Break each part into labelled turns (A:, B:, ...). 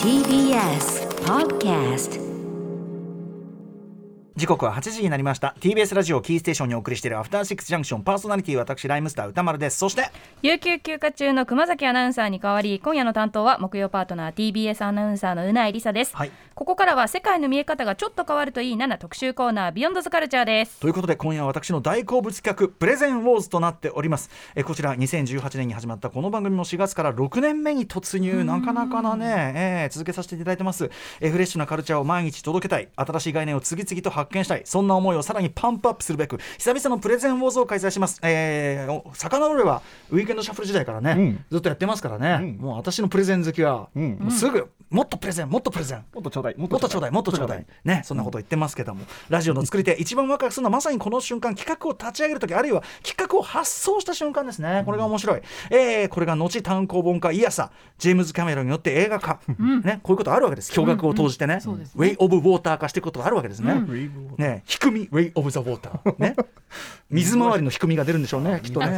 A: TBS Podcast
B: 時刻は8時になりました TBS ラジオキーステーションにお送りしているアフターシックスジャンクションパーソナリティ私ライムスター歌丸ですそして
C: 有給休暇中の熊崎アナウンサーに代わり今夜の担当は木曜パートナー TBS アナウンサーのうないりさです、
B: はい
C: ここからは世界の見え方がちょっと変わるといい7特集コーナービヨンドズカルチャーです
B: ということで今夜は私の大好物企画プレゼンウォーズとなっておりますえこちら2018年に始まったこの番組も4月から6年目に突入なかなかなね、えー続けさせていただいてますえフレッシュなカルチャーを毎日届けたい新しい概念を次々と発見したいそんな思いをさらにパンプアップするべく久々のプレゼンウォーズを開催しますえーお魚俺はウィークエンドシャッフル時代からね、
D: うん
B: ずっとやってますからね、
D: うん
B: もう私のプレゼン好きは、
D: うん
B: もうすぐもっとプレゼンもっとプレゼン
D: もっとちょうだいも
B: もっとちょうだいもっとちょうだいねそんなこと言ってますけども、ラジオの作り手一番ワクワクするのはまさにこの瞬間企画を立ち上げる時あるいは企画を発想した瞬間ですねこれが面白い、えーこれが後単行本化イヤサジェームズ・キャメロンによって映画化、ね、こういうことあるわけです驚愕を投じてね,、ウェイ・オブ・ウォーター化していくことがあるわけですね、ね、ひくみ、ウェイ・オブ・ザ・ウォーター、ね、水回りのひくみが出るんでしょうね、きっとね。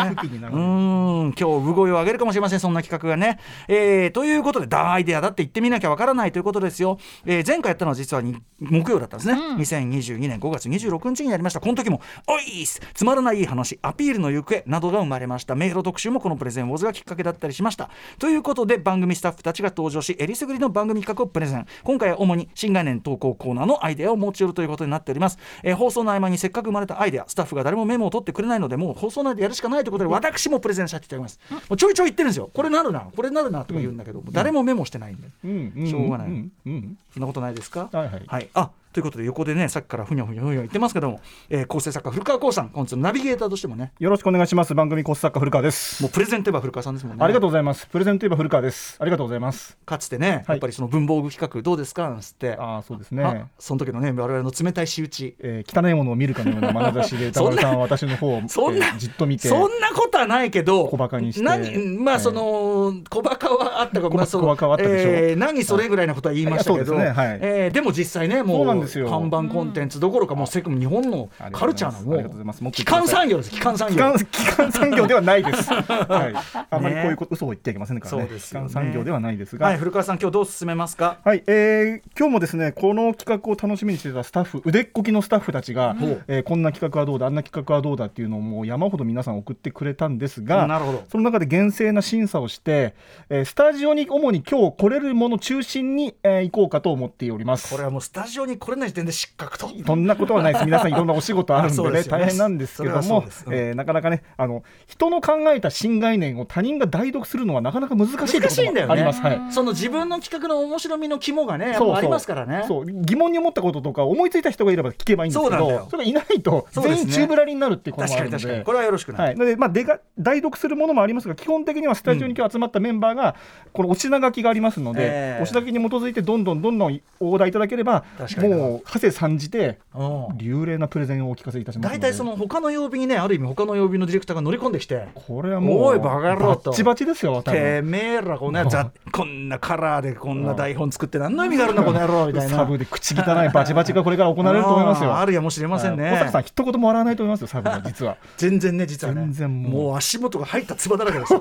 B: うーん、今日産声を上げるかもしれません、そんな企画がね。えーということで、ダーアイデアだって言ってみなきゃわからないということですよ。えー前回やったのは実はに木曜だったんですね、2022年5月26日にやりました、この時も、おいっす、つまらないいい話、アピールの行方などが生まれました、迷路特集もこのプレゼンウォーズがきっかけだったりしました。ということで、番組スタッフたちが登場し、えりすぐりの番組企画をプレゼン、今回は主に新概念投稿コーナーのアイデアを持ち寄るということになっております、えー放送の合間にせっかく生まれたアイデアスタッフが誰もメモを取ってくれないのでもう放送内でやるしかないということで私もプレゼンさせていただきますもうちょいちょい言ってるんですよこれなるなこれなるなとか言うんだけど、もう誰もメモしてないんで、
D: うん
B: しょうがない
D: んうん
B: そんなことないですか
D: はいはい
B: あということで横でねさっきからふにょふにょふにょ言ってますけども、えー構成作家古川光さん本日のナビゲーターとしてもね
D: よろしくお願いします番組コス作家古川です
B: もうプレゼンといえば古川さんですもんね
D: ありがとうございますプレゼントいえば古川ですありがとうございます
B: かつてね、
D: はい
B: やっぱりその文房具企画どうですかなんつって
D: ああそうです
B: あ
D: ね
B: その時のね我々の冷たい仕打ち
D: えー、汚いものを見るかのような眼差しで歌丸さんは私の方を、え
B: そんな、
D: ーじっと見て
B: そんなことはないけど
D: 小馬鹿にして
B: 何まあその、小バカはあったか、
D: 小馬
B: まあその
D: 小馬鹿はあったでしょ
B: えー何それぐらいのことは言いましたけど、
D: はいそうですねはい
B: えーでも実際ねも
D: そううなんですよ
B: 看板コンテンツどころかもうせっかく日本のカルチャーな
D: ありがとうござ
B: の
D: いますありがとうございますもっと
B: 基
D: 言ってください
B: 幹産業です基幹産
D: 機
B: 業
D: 関機関産業ではないです、はい、あんまり
B: ね
D: こういうこと嘘を言ってはいけませんからね
B: そうですよね
D: 機関産業ではないですが、
B: はい古川さん今日どう進めますか
D: はい、えー、今日もですねこの企画を楽しみにしてたスタッフ腕っこきのスタッフたちが、
B: ん
D: えーこんな企画はどうだあんな企画はどうだっていうのをもう山ほど皆さん送ってくれたんですが
B: なるほど
D: その中で厳正な審査をして、えースタジオに主に今日来れるもの中心に、えー行こうかと思っております
B: これはもうスタジオに来れない時点で失格と
D: そんなことはないです皆さんいろんなお仕事あるん で
B: そう
D: ね
B: ですよね
D: 大変なんですけ
B: そ
D: ど
B: れは
D: も
B: そうです、うん
D: えーなかなかねあの人の考えた新概念を他人が代読するのはなかなか難しいって
B: 難しいんだ
D: こ
B: よ
D: ともあ
B: ね
D: ります。はい
B: その自分の企画の面白みの肝がねやっぱありますからね
D: そう疑問に思ったこととか思いついた人がいれば聞けばいいんですけ
B: そうなん
D: ど
B: だ
D: そ
B: よ
D: れがいないと
B: そうです
D: 全
B: ね
D: 員宙ぶらりになるっていうこと
B: 確
D: も
B: か
D: ある
B: に
D: ので
B: 確かにこれはよろしくない、
D: はい、なので、まあ、でが代読するものもありますが基本的にはスタジオに今日集まったメンバーが、このお品書きがありますので、
B: ええ
D: お品書きに基づいてどんどんどんどんお題いただければ
B: 確かにな
D: もう馳せ参じて
B: うん
D: 流麗なプレゼンをお聞かせいたしますの
B: 大
D: で
B: 体その他の曜日にねある意味他の曜日のディレクターが乗り込んできて
D: これはもう
B: おいバカ野郎と
D: バッチバチですよ多
B: て
D: 分
B: めえらこん なやつはこんなカラーでこんな台本作って何の意味があるんだこの野郎みたいな
D: サブで口汚いバチバチがこれから行われると思います よ
B: あーあるやもしれませんね
D: はい小坂さん一言も笑わないと思いますよサブは 実は
B: 全然ね実はね
D: 全然もう
B: もう足元が入ったつばだらけ ですよ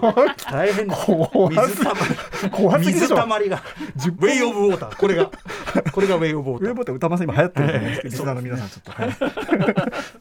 B: 大変です
D: 怖すぎ
B: 水たま
D: 怖すぎでし
B: 水
D: ょ
B: たま りがウ
D: 10
B: ェイオブウォーターこれがこれがウェイオブウォ
D: ウェー
B: ーター
D: ボーター歌丸さん今流行ってると思うんですけど、リスナーの皆さんちょっ と、はい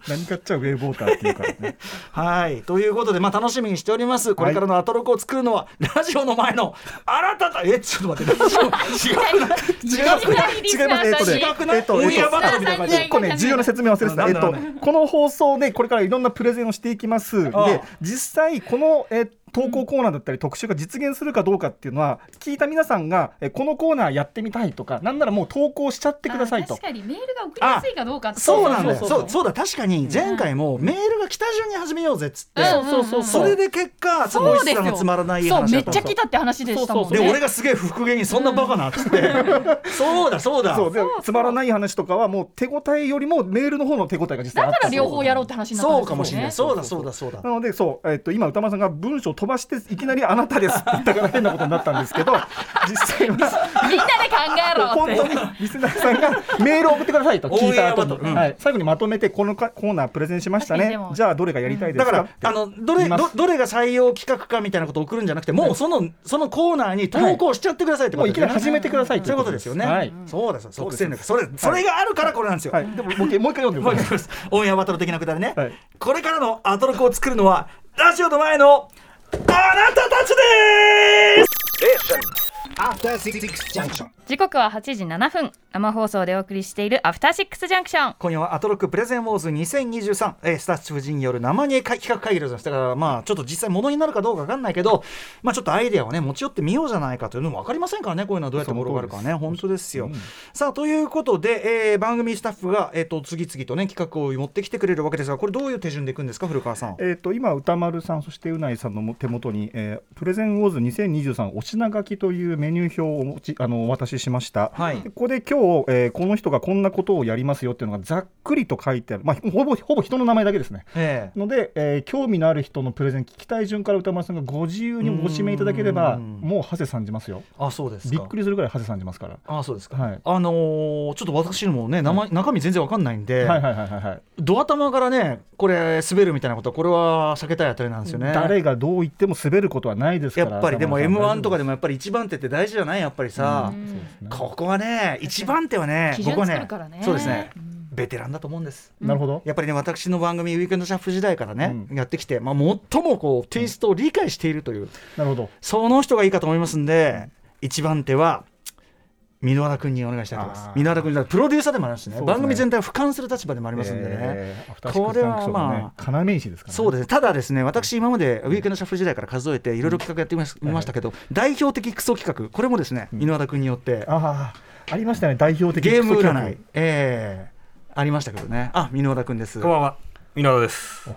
D: 何かっちゃウェーボーターっていうからね。
B: はいということでまあ楽しみにしておりますこれからのアトロクを作るのはラジオの前の新たなえちょっと待ってラジオ違うな
D: 違
B: 違うな
D: 違います。えっとね、
B: 違くない
D: えっと、えっと
B: 親バカみたいな感じ
D: 一個ね、重要な説明忘れてた。
B: なん
D: えっ
B: だなん
D: と
B: だ、
D: この放送で、これからいろんなプレゼンをしていきます。で
B: ああ、
D: 実際、この、えー投稿コーナーだったり特集が実現するかどうかっていうのは聞いた皆さんがえーこのコーナーやってみたいとかなんならもう投稿しちゃってくださいと
E: あ確かにメールが送りやすいかどうかって
B: そうなんだよそ
E: そ
B: うう
E: そう
B: そうだ確かに前回もメールが来た順に始めようぜっつって、
E: うんそうそうそう
B: それで結果その
E: そう
B: 一
E: です
B: さ
E: よ
B: んのつまらない話
E: そうめ
B: だ
E: っ
B: った
E: ちゃ来たって話でしたもん
B: で
E: ね
B: 俺がすげえ復元にそんなバカなっつって、そうだそうだ
D: そうでつまらない話とかはもう手応えよりもメールの方の手応えが実際あ
E: だ
D: っ
E: か
D: た
E: ら両方やろうって話になったん
B: そ
E: で
B: う
E: す
B: かもしれない
E: そ
B: そうだそうだそうだ
D: なのでそう、えっと今歌丸さんが文章を飛ばしていきなりあなたですって言ったから変なことになったんですけど実際は
E: みんなで考えろっ
D: 本
E: て
D: 当にリスナーさんがメールを送ってくださいと聞い
B: オンエ
D: た後
B: アバト
D: に、
B: ルうん
D: はい、最後にまとめてこのかコーナープレゼンしました
E: 確かに
D: ね
E: でも
D: じゃあどれがやりたいで
B: だ
D: す
B: か
D: からって
B: あのどれ
D: 言います
B: どどれが採用企画かみたいなことを送るんじゃなくてもうそのそのコーナーに投稿しちゃってくださいって
D: も
B: こ
D: う
B: とで
D: いき
B: すよ
D: なり
B: ね
D: 始めてくださいと
B: そう
D: い
B: いうことですよね、
D: はい
B: そうです
D: そう
B: 即
D: です
B: 戦力それそれがあるからこれなんですよ、
D: はい、でももう一もう一回読んで
B: もう
D: く
B: 一回
D: ださい
B: ですオンエアバトル的なくだりね、
D: はい
B: これからのアトロクを作るのはラジオの前のあなたたちです
F: After Six Junction.
C: 時刻は8時7分生放送でお送りしているアフターシックスジャンクション
B: 今夜はアトロックプレゼンウォーズ2023、えースタッフ陣による生煮え会企画会議でございますだからまあちょっと実際ものになるかどうかわかんないけどまあちょっとアイデアをね持ち寄ってみようじゃないかというのも分かりませんからねこういうのはどうやってもろがるかね本当ですよ、さあということで、えー番組スタッフが、えー、と次々とね企画を持ってきてくれるわけですがこれどういう手順でいくんですか古川さん
D: えー、と今歌丸さんそしてうないさんのも手元に、えープレゼンウォーズ2023お品書きというメニュー表をお持ちあのお渡ししました、
B: はい
D: でここで今日、えーこの人がこんなことをやりますよっていうのがざっくりと書いてある、まあ、ほぼほぼ人の名前だけですね
B: ええ
D: ので、えー興味のある人のプレゼン聞きたい順から歌丸さんがご自由にご指名いただければ
B: うん
D: もうハセさんじますよ
B: あそうです
D: び
B: か
D: っくりするぐらいハセさんじますから、
B: あそうですか、
D: はい
B: あのーちょっと私のもね名前、中身全然わかんないんで、
D: はいはいはいはいはい
B: ドア玉からねこれ滑るみたいなことこれは避けたいあたりなんですよね
D: 誰がどう言っても滑ることはないですから
B: やっぱりでも
D: 歌丸
B: m
D: さん
B: 1とかでもやっぱり一番手って大事じゃないやっぱりさ、
E: うん
B: ここはね一番手はね
E: 基準
B: 僕は
E: 作
B: ね
E: るからね
B: そうですね
E: うん
B: ベテランだと思うんです
D: なるほど、
B: やっぱりね私の番組「ウィークエンドシャッフ」時代からね、
D: う
B: やってきて、まあ、最もこうテイストを理解しているという、
D: なるほど
B: その人がいいかと思いますんで、一番手は箕輪田君にお願いしたいと思います
D: あー
B: 箕輪田君じゃなくてプロデューサーでもありますしね
D: そうですね
B: 番組全体を俯瞰する立場でもありますんでね、
D: えーアフターシッ
B: こ
D: クス
B: れ
D: ジャンク
B: は
D: ションのね
B: まあ
D: 要石ですから、ね。
B: そうですねただですね私今までウィークエンドシャッフル時代から数えていろいろ企画やってみます見ましたけど、代表的クソ企画これもですね箕輪田君によって
D: ああ、ありましたね、代表的
B: ゲーム
D: 企画
B: 占い。ええありましたけどねあ箕輪田君です
G: こんばんは。稲田です。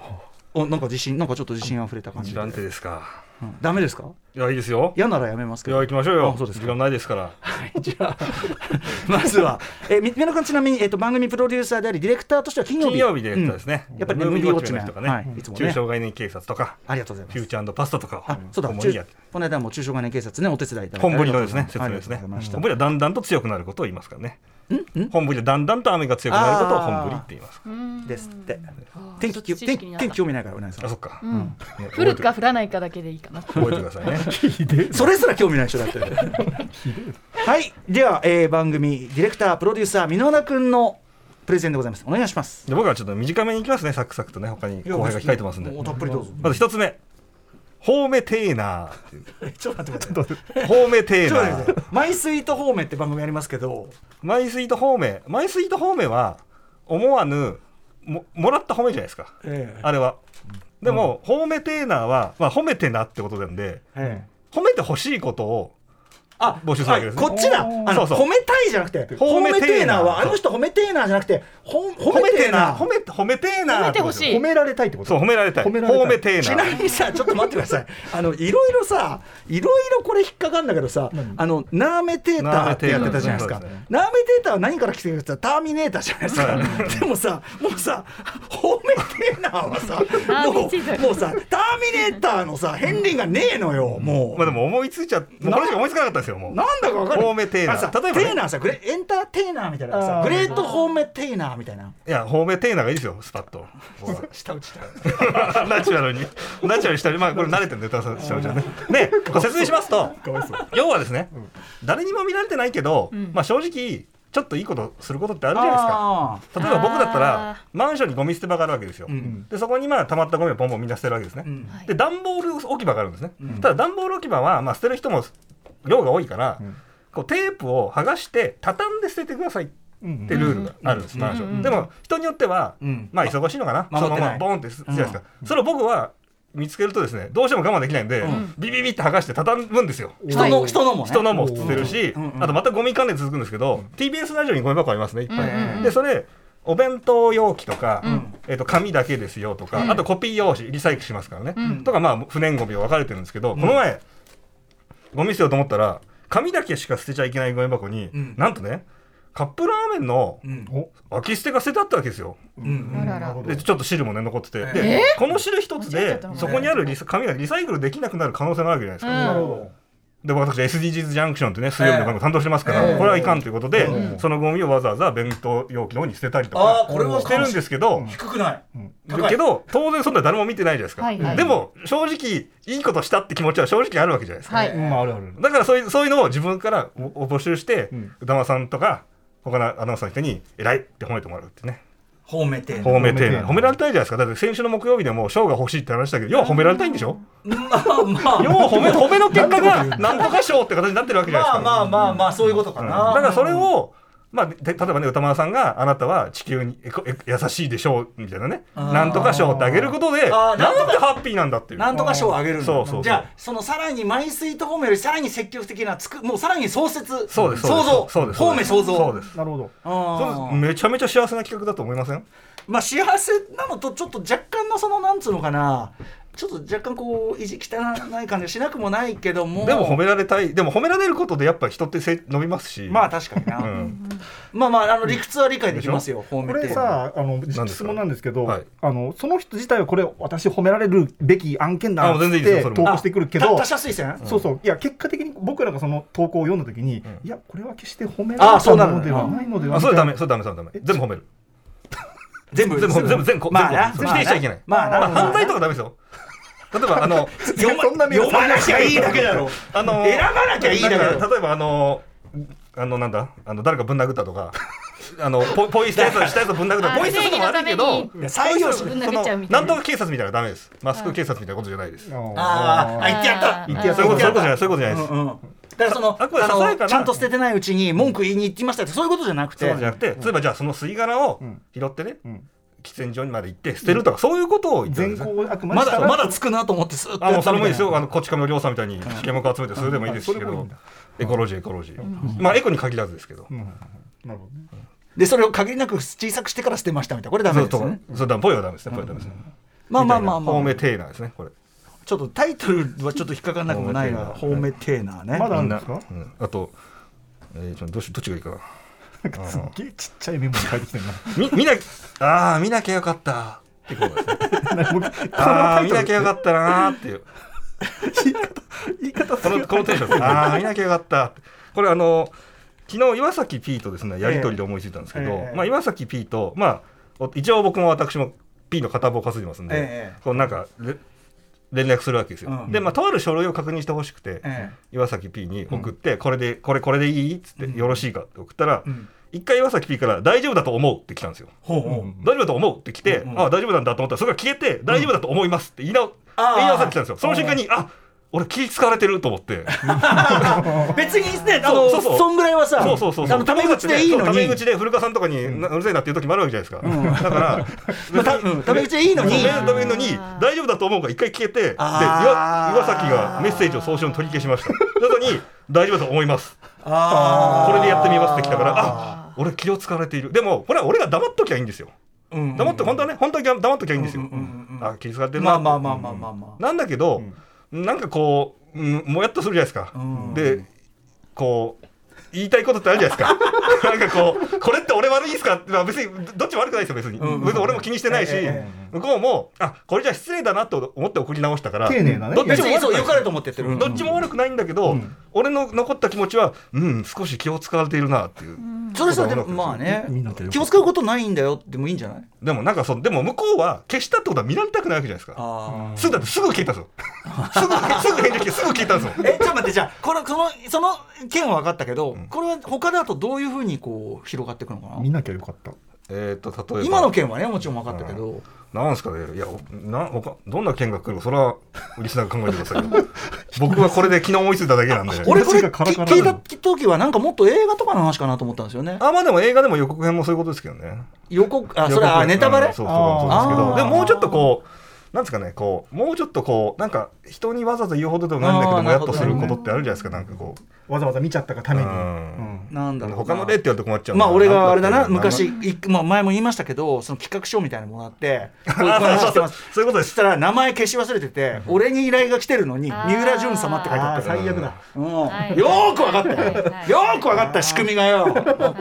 B: おなんか自信なんかちょっと自信あふれた感じ
G: 時
B: で、
G: 間手ですか。
B: うんダメですか
G: いや、いいですよ。いや、
B: 嫌ならやめますけど
G: 行きましょうよ
B: あ。そうです
G: 時
B: か
G: 間ないですから。
B: はいじゃあ まずはえみ皆さんちなみにえっと番組プロデューサーでありディレクターとしては金曜日
G: 金曜日でやったですね。
B: うんやっぱりね
G: ムービーウォッチ
B: ムー
G: の
B: ビーウォッチの人と
G: 人
B: か
G: と
B: ね
G: か
B: はい
G: ね
B: いつ。もね
G: 中小概念警察とか、
B: ありがとうござい
G: フ
B: ま
G: ュー
B: す
G: チャーパスタとかを
B: あそうだ
G: 主
B: 中
G: にやって。
B: この間も中小概念警察ねお手伝いいただいて
G: 本降りのですね、説
B: あり
G: 明
B: がと
G: です
B: うござ
G: ね
B: いまし。た
G: 本降りはだんだんと強くなることを言いますからね。本降りはだんだんと雨が強くなることを本降りって言います。
E: うん
B: ですって
E: あー
B: 天
E: ちょ
B: 気
E: っと知識
B: 天
E: になった
B: 天気興味ないからうないさん
G: あ、そっか。
E: う
G: ね
E: ん降
G: 覚え
E: る
G: て
E: か降らないかだけでいいかな
G: 覚えてくださいね。
B: それすら興味ない人だっ てはいでは、えー番組ディレクタープロデューサー箕輪田君のプレゼンでございますお願いします
G: で僕はちょっと短めにいきますね、サクサクとね、他に後輩が控えてますんで。
B: もうたっぷりどうぞ
G: まず一つ目。ホーメテーナ
B: ちょっと待ってください
G: ー。ホーメテー
B: ちょっと
G: ナ
B: 待っ
G: ー
B: てく。ださいマイスイート方面って番組ありますけど
G: マイスイート方面マイスイート方面は思わぬももらった褒めじゃないですか、
B: ええ
G: あれはでも、褒めてーなーは、まあ、褒めてなってことなんで
B: ええ
G: 褒めてほしいことを
B: あ
G: 募集するわけですね
B: はいこっちだあの
G: そうそう
B: 褒めたいじゃなくて褒
G: 褒
B: め
G: めてーな
B: てーなはあの人褒めてーなじゃなくてほん褒めてーな
G: 褒めて褒めてーなー
E: 褒めてほしい
D: 褒められたいってこと
G: そう褒められたい
D: 褒められたい
G: 褒めてー
B: ち
G: な
B: な
G: ー
B: みにさちょっと待ってください あのいろいろさいろいろこれ引っかかるんだけどさあのナーメテーターってやってたじゃないですか
G: ナー
B: ナー
G: メテーターそうですね
B: メテーターは何から来てるかって言ったらターミネーターじゃ ないですかでもさもうさ褒めてーなはさも
E: ターミネータ
B: う
E: ー
B: もうさターミネーターのさ片鱗がねえのよもう
G: まあでも思いついちゃもうこれしか思いつかなかったですよもう
B: なんだかわかる
G: ホーメテーナー
B: あさ
G: 例えばね
B: テーナーさグレエンターテイナーみたいなさ
D: あー
B: グレートホーメテイナーみたいない
G: や褒めてーなーがいいですよスパッとほら
B: 下打ちだ
G: ナチュラルに、ナチュラルにしたり、まあ、これ慣れてるんで、歌わせちゃうじゃんね。ね、 説明しますと、要はですね、誰にも見られてないけど、まあ、正直。ちょっといいことすることってあるじゃないですか。
B: あ
G: 例えば僕だった
E: あー
G: らマンションにゴミ捨て場があるわけですよ、
B: ん
G: でそこにまあ溜まったゴミをポンポンみんな捨てるわけですね、
B: ーうん
E: はい
G: で段ボール置き場があるんですね、ただ段ボール置き場はまあ捨てる人も量が多いから、こうテープを剥がして畳んで捨ててくださいっ
D: うんうん
G: てルールがあるんです、マンション、でも人によっては、
B: うん
G: まあ忙しいのかな、
B: ま
G: その
B: 守ってな
G: ま
B: い
G: まボーンってするじゃないですか、それを僕は見つけるとですねどうしても我慢できないんで、ビビビって剥がして畳むんですよ、
B: 人の人のもね
G: 人のも捨てるし、
B: うんうん
G: あとまたゴミ関連続くんですけど、TBS ラジオにゴミ箱ありますねいっぱい、
E: うんうんうん
G: でそれお弁当容器とか、
E: ん
G: えっと紙だけですよとか、あとコピー用紙リサイクルしますからね、
E: ん
G: とかまあ不燃ゴミを分かれてるんですけど、この前ゴミ捨てようと思ったら紙だけしか捨てちゃいけないゴミ箱に、
B: ん
G: なんとねカップラーメンの
B: うん
G: 空き捨てが捨ててあったわけですよ
B: うん
E: あらら
G: でちょっと汁もね残ってて
E: え
G: でこの汁一つ
E: 間違えちゃっ
G: で
E: たの
G: そこにあるリサ紙がリサイクルできなくなる可能性があるわけじゃないですか、
E: うんなるほ
D: ど
G: で私 SDGs ジャンクションってね水曜日の番組担当してますから、
H: ええ
G: これはいかんということで、
H: うん
G: そのゴミをわざわざ弁当容器の方に捨てたりと
B: あ
G: か
B: ーこれは
G: してるんですけど、
B: 低くない高い
G: だけど当然そんな誰も見てないじゃないですか、
E: はいはい
G: でも正直いいことしたって気持ちは正直あるわけじゃないですか、
E: はい。
D: まああるある
G: だからそういうそういうのを自分からお募集して
D: ん
G: 宇多間さんとか他のアナウンサーの人に「偉い!」って褒めてもらうってね
B: 褒めて
G: 褒め
D: 褒
G: て
D: めて
G: 褒められたいじゃないですかだって先週の木曜日でも賞が欲しいって話したけど要は褒められたいんでしょ
B: まあまあ
G: 要は褒め褒めの結果がなんとか賞って形になってるわけじゃないです
B: まあ
G: か。
B: まあまあまあそういうことか
G: うん
B: な、
G: だからそれを、まあ、で例えばね歌丸さんが「あなたは地球にえこえ優しいでしょう」みたいなね「
B: あー
G: なんとか賞」ってあげることで
B: あ
G: な
B: ー
G: んとかハッピーなんだっていう。
B: なんとか賞をあげるんだ
G: そうそうそう
B: じゃあそのさらに埋水と褒めよりさらに積極的なつくもうさらに創設
G: そうですそう
B: 創造
G: ですそうです
B: 褒め創造
G: そうです
D: なるほど
B: あー
G: めちゃめちゃ幸せな企画だと思いません
B: まあ幸せなのとちょっと若干のそのなんつうのかなちょっと若干こう意地汚い感じがしなくもないけども
G: でも褒められたいでも褒められることでやっぱ人ってせ伸びますし
B: まあ確かにな、
G: うん
B: まあまああの理屈は理解できますよ褒
D: こ
B: めて
D: れさあの
G: すか
D: 質問なんですけど、
G: はい
D: あのその人自体はこれ私褒められるべき案件だ
G: あ
D: っ
G: 全然い
D: て
G: いですよそれ
D: 投
G: も
D: 稿してくるけど
B: た他者推薦、
D: そうそういや結果的に僕らがその投稿を読んだ時に、
G: う
D: いやこれは決して褒めら
B: あ
D: れ
B: そ
D: た
B: うな
D: も
B: の
D: のではないのでは
G: あそれダメ
D: み
G: それダメそれダメ
D: え
G: 全部褒める
B: 全部
G: 全部全部全部全部
B: まあな
G: 全部否定しちゃいけない
B: まあな
G: まあ
B: まあ
G: 犯罪とかダメですよ例えば あの
B: 読ま読まなきゃいいだけだろ
G: あの
B: 選ばなきゃいいだけだろ
G: 例えばあのあのなんだあの誰かぶん殴ったとか あのポポイ捨てやつしたやつをぶん殴った
E: あ
G: ポイ捨てするのも悪いけ
E: 正義
G: ど
E: の
B: いや採用し
E: ぶん
G: そ
E: 殴っ
G: の
E: ちゃうみたい
G: な
E: なん
G: とか警察みたいなのダメですマスク警察みたいなことじゃないです
D: たいな
B: あああ言ってやった
E: 言
G: そういうことそういうことじゃないそういうことじゃないです
B: うんうんだからその
G: ああくまでささやかな
B: あのちゃんと捨ててないうちに文句言いに行ってましたってそういうことじゃなく
G: そう
B: て
G: いうことじゃなくて例えばじゃあその吸い殻を
D: ん
G: 拾ってね
D: うん
G: 喫煙所にまで行って捨てるとかそういうことを言ってるん
D: 全
G: ですね
D: 行をあくまで
B: ま
D: した
B: だ
D: ら
B: まだつくなと思ってスーッと
G: あも
B: やっ
G: うそ
B: た
G: れ
B: み
G: もい
B: たい
G: いです
B: な
G: よ、あのこち亀のりょうさんみたいに試験目集めて、それでもいいですけ
D: うんそれもいい
G: ど
D: んだ、
G: エコロジー、エコロジー、まあエコに限らずですけど、
D: うんなるほどね
B: でそれを限りなく小さくしてから捨てましたみたいなこれダメ
G: そう
B: です
G: と
B: よね、
G: そうだ、ぽいはダメですね、ぽいはダメですね。
B: まあまあまあま
G: ホー
B: あ
G: ムテーナーですね、これ。
B: ちょっとタイトルはちょっと引っかからなくもないなホ
G: ホ
B: ー
G: ー
B: ムテーナーね
D: まだある
G: みん
D: んで
G: な
D: すか、
G: うんあと、えーちょどうしどっちがいいかな。
D: すっげえちっちゃいメモに書いてきてるな
G: み見なきゃ、ああー、見なきゃよかった。ってことですね。
D: もうこの
G: あ
D: タ
G: あ、
D: イ
G: 見
D: トル
G: なきゃよかったなーっていう。
D: 言い方
G: このこのテンションですああ見なきゃよかったこれあの昨日岩崎 P とですねやり取りで思いついたんですけど、
B: ええええ
G: まあ、岩崎 P とまあお一応僕も私も P の片棒を担いでますんで、
B: ええええ
G: こうなんかれ連絡するわけですよ、
B: うん
G: でまあとある書類を確認してほしくて、
B: え
G: 岩崎 P に送って、これでこれこれでいいっつって、
B: うん
G: よろしいかって送ったら、
B: うん
G: 一回岩崎 P から「大丈夫だと思う」って来たんですよ
B: ほうほう
G: 大丈夫だと思うって来て、
B: うんうん
G: ああ大丈夫なんだと思ったらそれが消えて、大丈夫だと思いますって言い直
B: ああ
G: 言い直されてきたんですよその瞬間にあ俺気使われてると思って
B: 別にねあの
G: そうそうそう
B: そんぐらいはさ
G: そうそうそう
B: あのタメ口でいいの
G: タ
B: に
G: メ口で古川さんとかになうるせえなっていう時もあるわけじゃないですか、だから
B: まあたうんタメ口でいいのに
G: そうメールのためのに大丈夫だと思うが一回消えてで岩
B: あー
G: 岩崎がメッセージを送信を取り消しましたなのに大丈夫だと思います
B: あー
G: これでやってみますって来たからあ俺気を使われているでもこれは俺が黙っときゃいいんですよ
B: うん
G: 黙って本当はね本当は黙っときゃいいんですよ、
B: うんうんうんうん
G: あ気使われてるな
B: ま
G: って
B: あまあまあまあまあまあ、
G: なんだけど、なんかこう、うんもやっとするじゃないですか。
B: うん
G: で、こう。言いたいことってあるじゃないです か。なんかこう、これって俺悪いですか、まあ、別にどっちも悪くないですよ、別に、
B: んうん
G: 別に俺も気にしてないし、
B: ええ
G: 向こうも、あこれじゃ失礼だなと思って送り直したから、
D: 丁寧なね
G: どっちも悪
B: 別
G: く
B: にそう
G: ない
B: 良かれと思ってやってる、
G: どっちも悪くないんだけど、俺の残った気持ちは、うん、少し気を使われているなっていう、
B: それそれでもまあね
D: みんなとよく
B: 気を使うことないんだよでもいいんじゃない
G: でもなんかそう、でも向こうは消したってことは見られたくないわけじゃないですか、
B: あ
G: すぐだってすぐ消えたん ですよ、すぐすぐ返事来て、すぐ消えたんですよ
B: え、ちょっと待ってじゃあこのそのその件は分かったけど、これは他だとどういうふうにこう広がっていくのか
D: 見なきゃよかった
G: えー、と例え
B: な
G: ば
B: 今の件はねもちろん分かったけど、
G: なんすかねいやおな他どんな件が来るかそれはリスナーが考えてくださいよ僕はこれで昨日思いついただけなんで
B: 俺これ
D: 話がカラカラ
B: き聞いた時はなんかもっと映画とかの話かなと思ったんですよね
G: あまあでも映画でも予告編もそういうことですけどね
B: 予告あそれはあ
G: 予告編
B: ネタバレ
G: うんそうそうそうですけ
B: あー
G: どでももうちょっとこうなんですかねこうもうちょっとこうなんか人にわざわざ言うほどでもないんだけ
B: あー
G: ども
B: なる
G: やっ
B: ほど
G: とすることってあるじゃないですかなんかこう
D: わざわざ見ちゃったがために、
G: う
D: うん
G: ん
B: なんだろうな
G: 他の例って言われて困っちゃうな
B: まあ俺があれだな
G: なんか
B: 昔いまあ前も言いましたけどその企画書みたいなのもら ってこういう
G: あ
B: 話
G: そ
B: して
G: うそ
B: ま
G: う
B: す
G: そういうことで
B: そし
G: す
B: たら名前消し忘れてて俺に依頼が来てるのに
E: あー
B: 三浦淳様って書いてあ
D: あ
B: っ
D: あ
B: たから
D: 最悪だ、
B: うん
E: はい
B: よーく分かったよ
E: はい
B: よーく分かった仕組みがよこ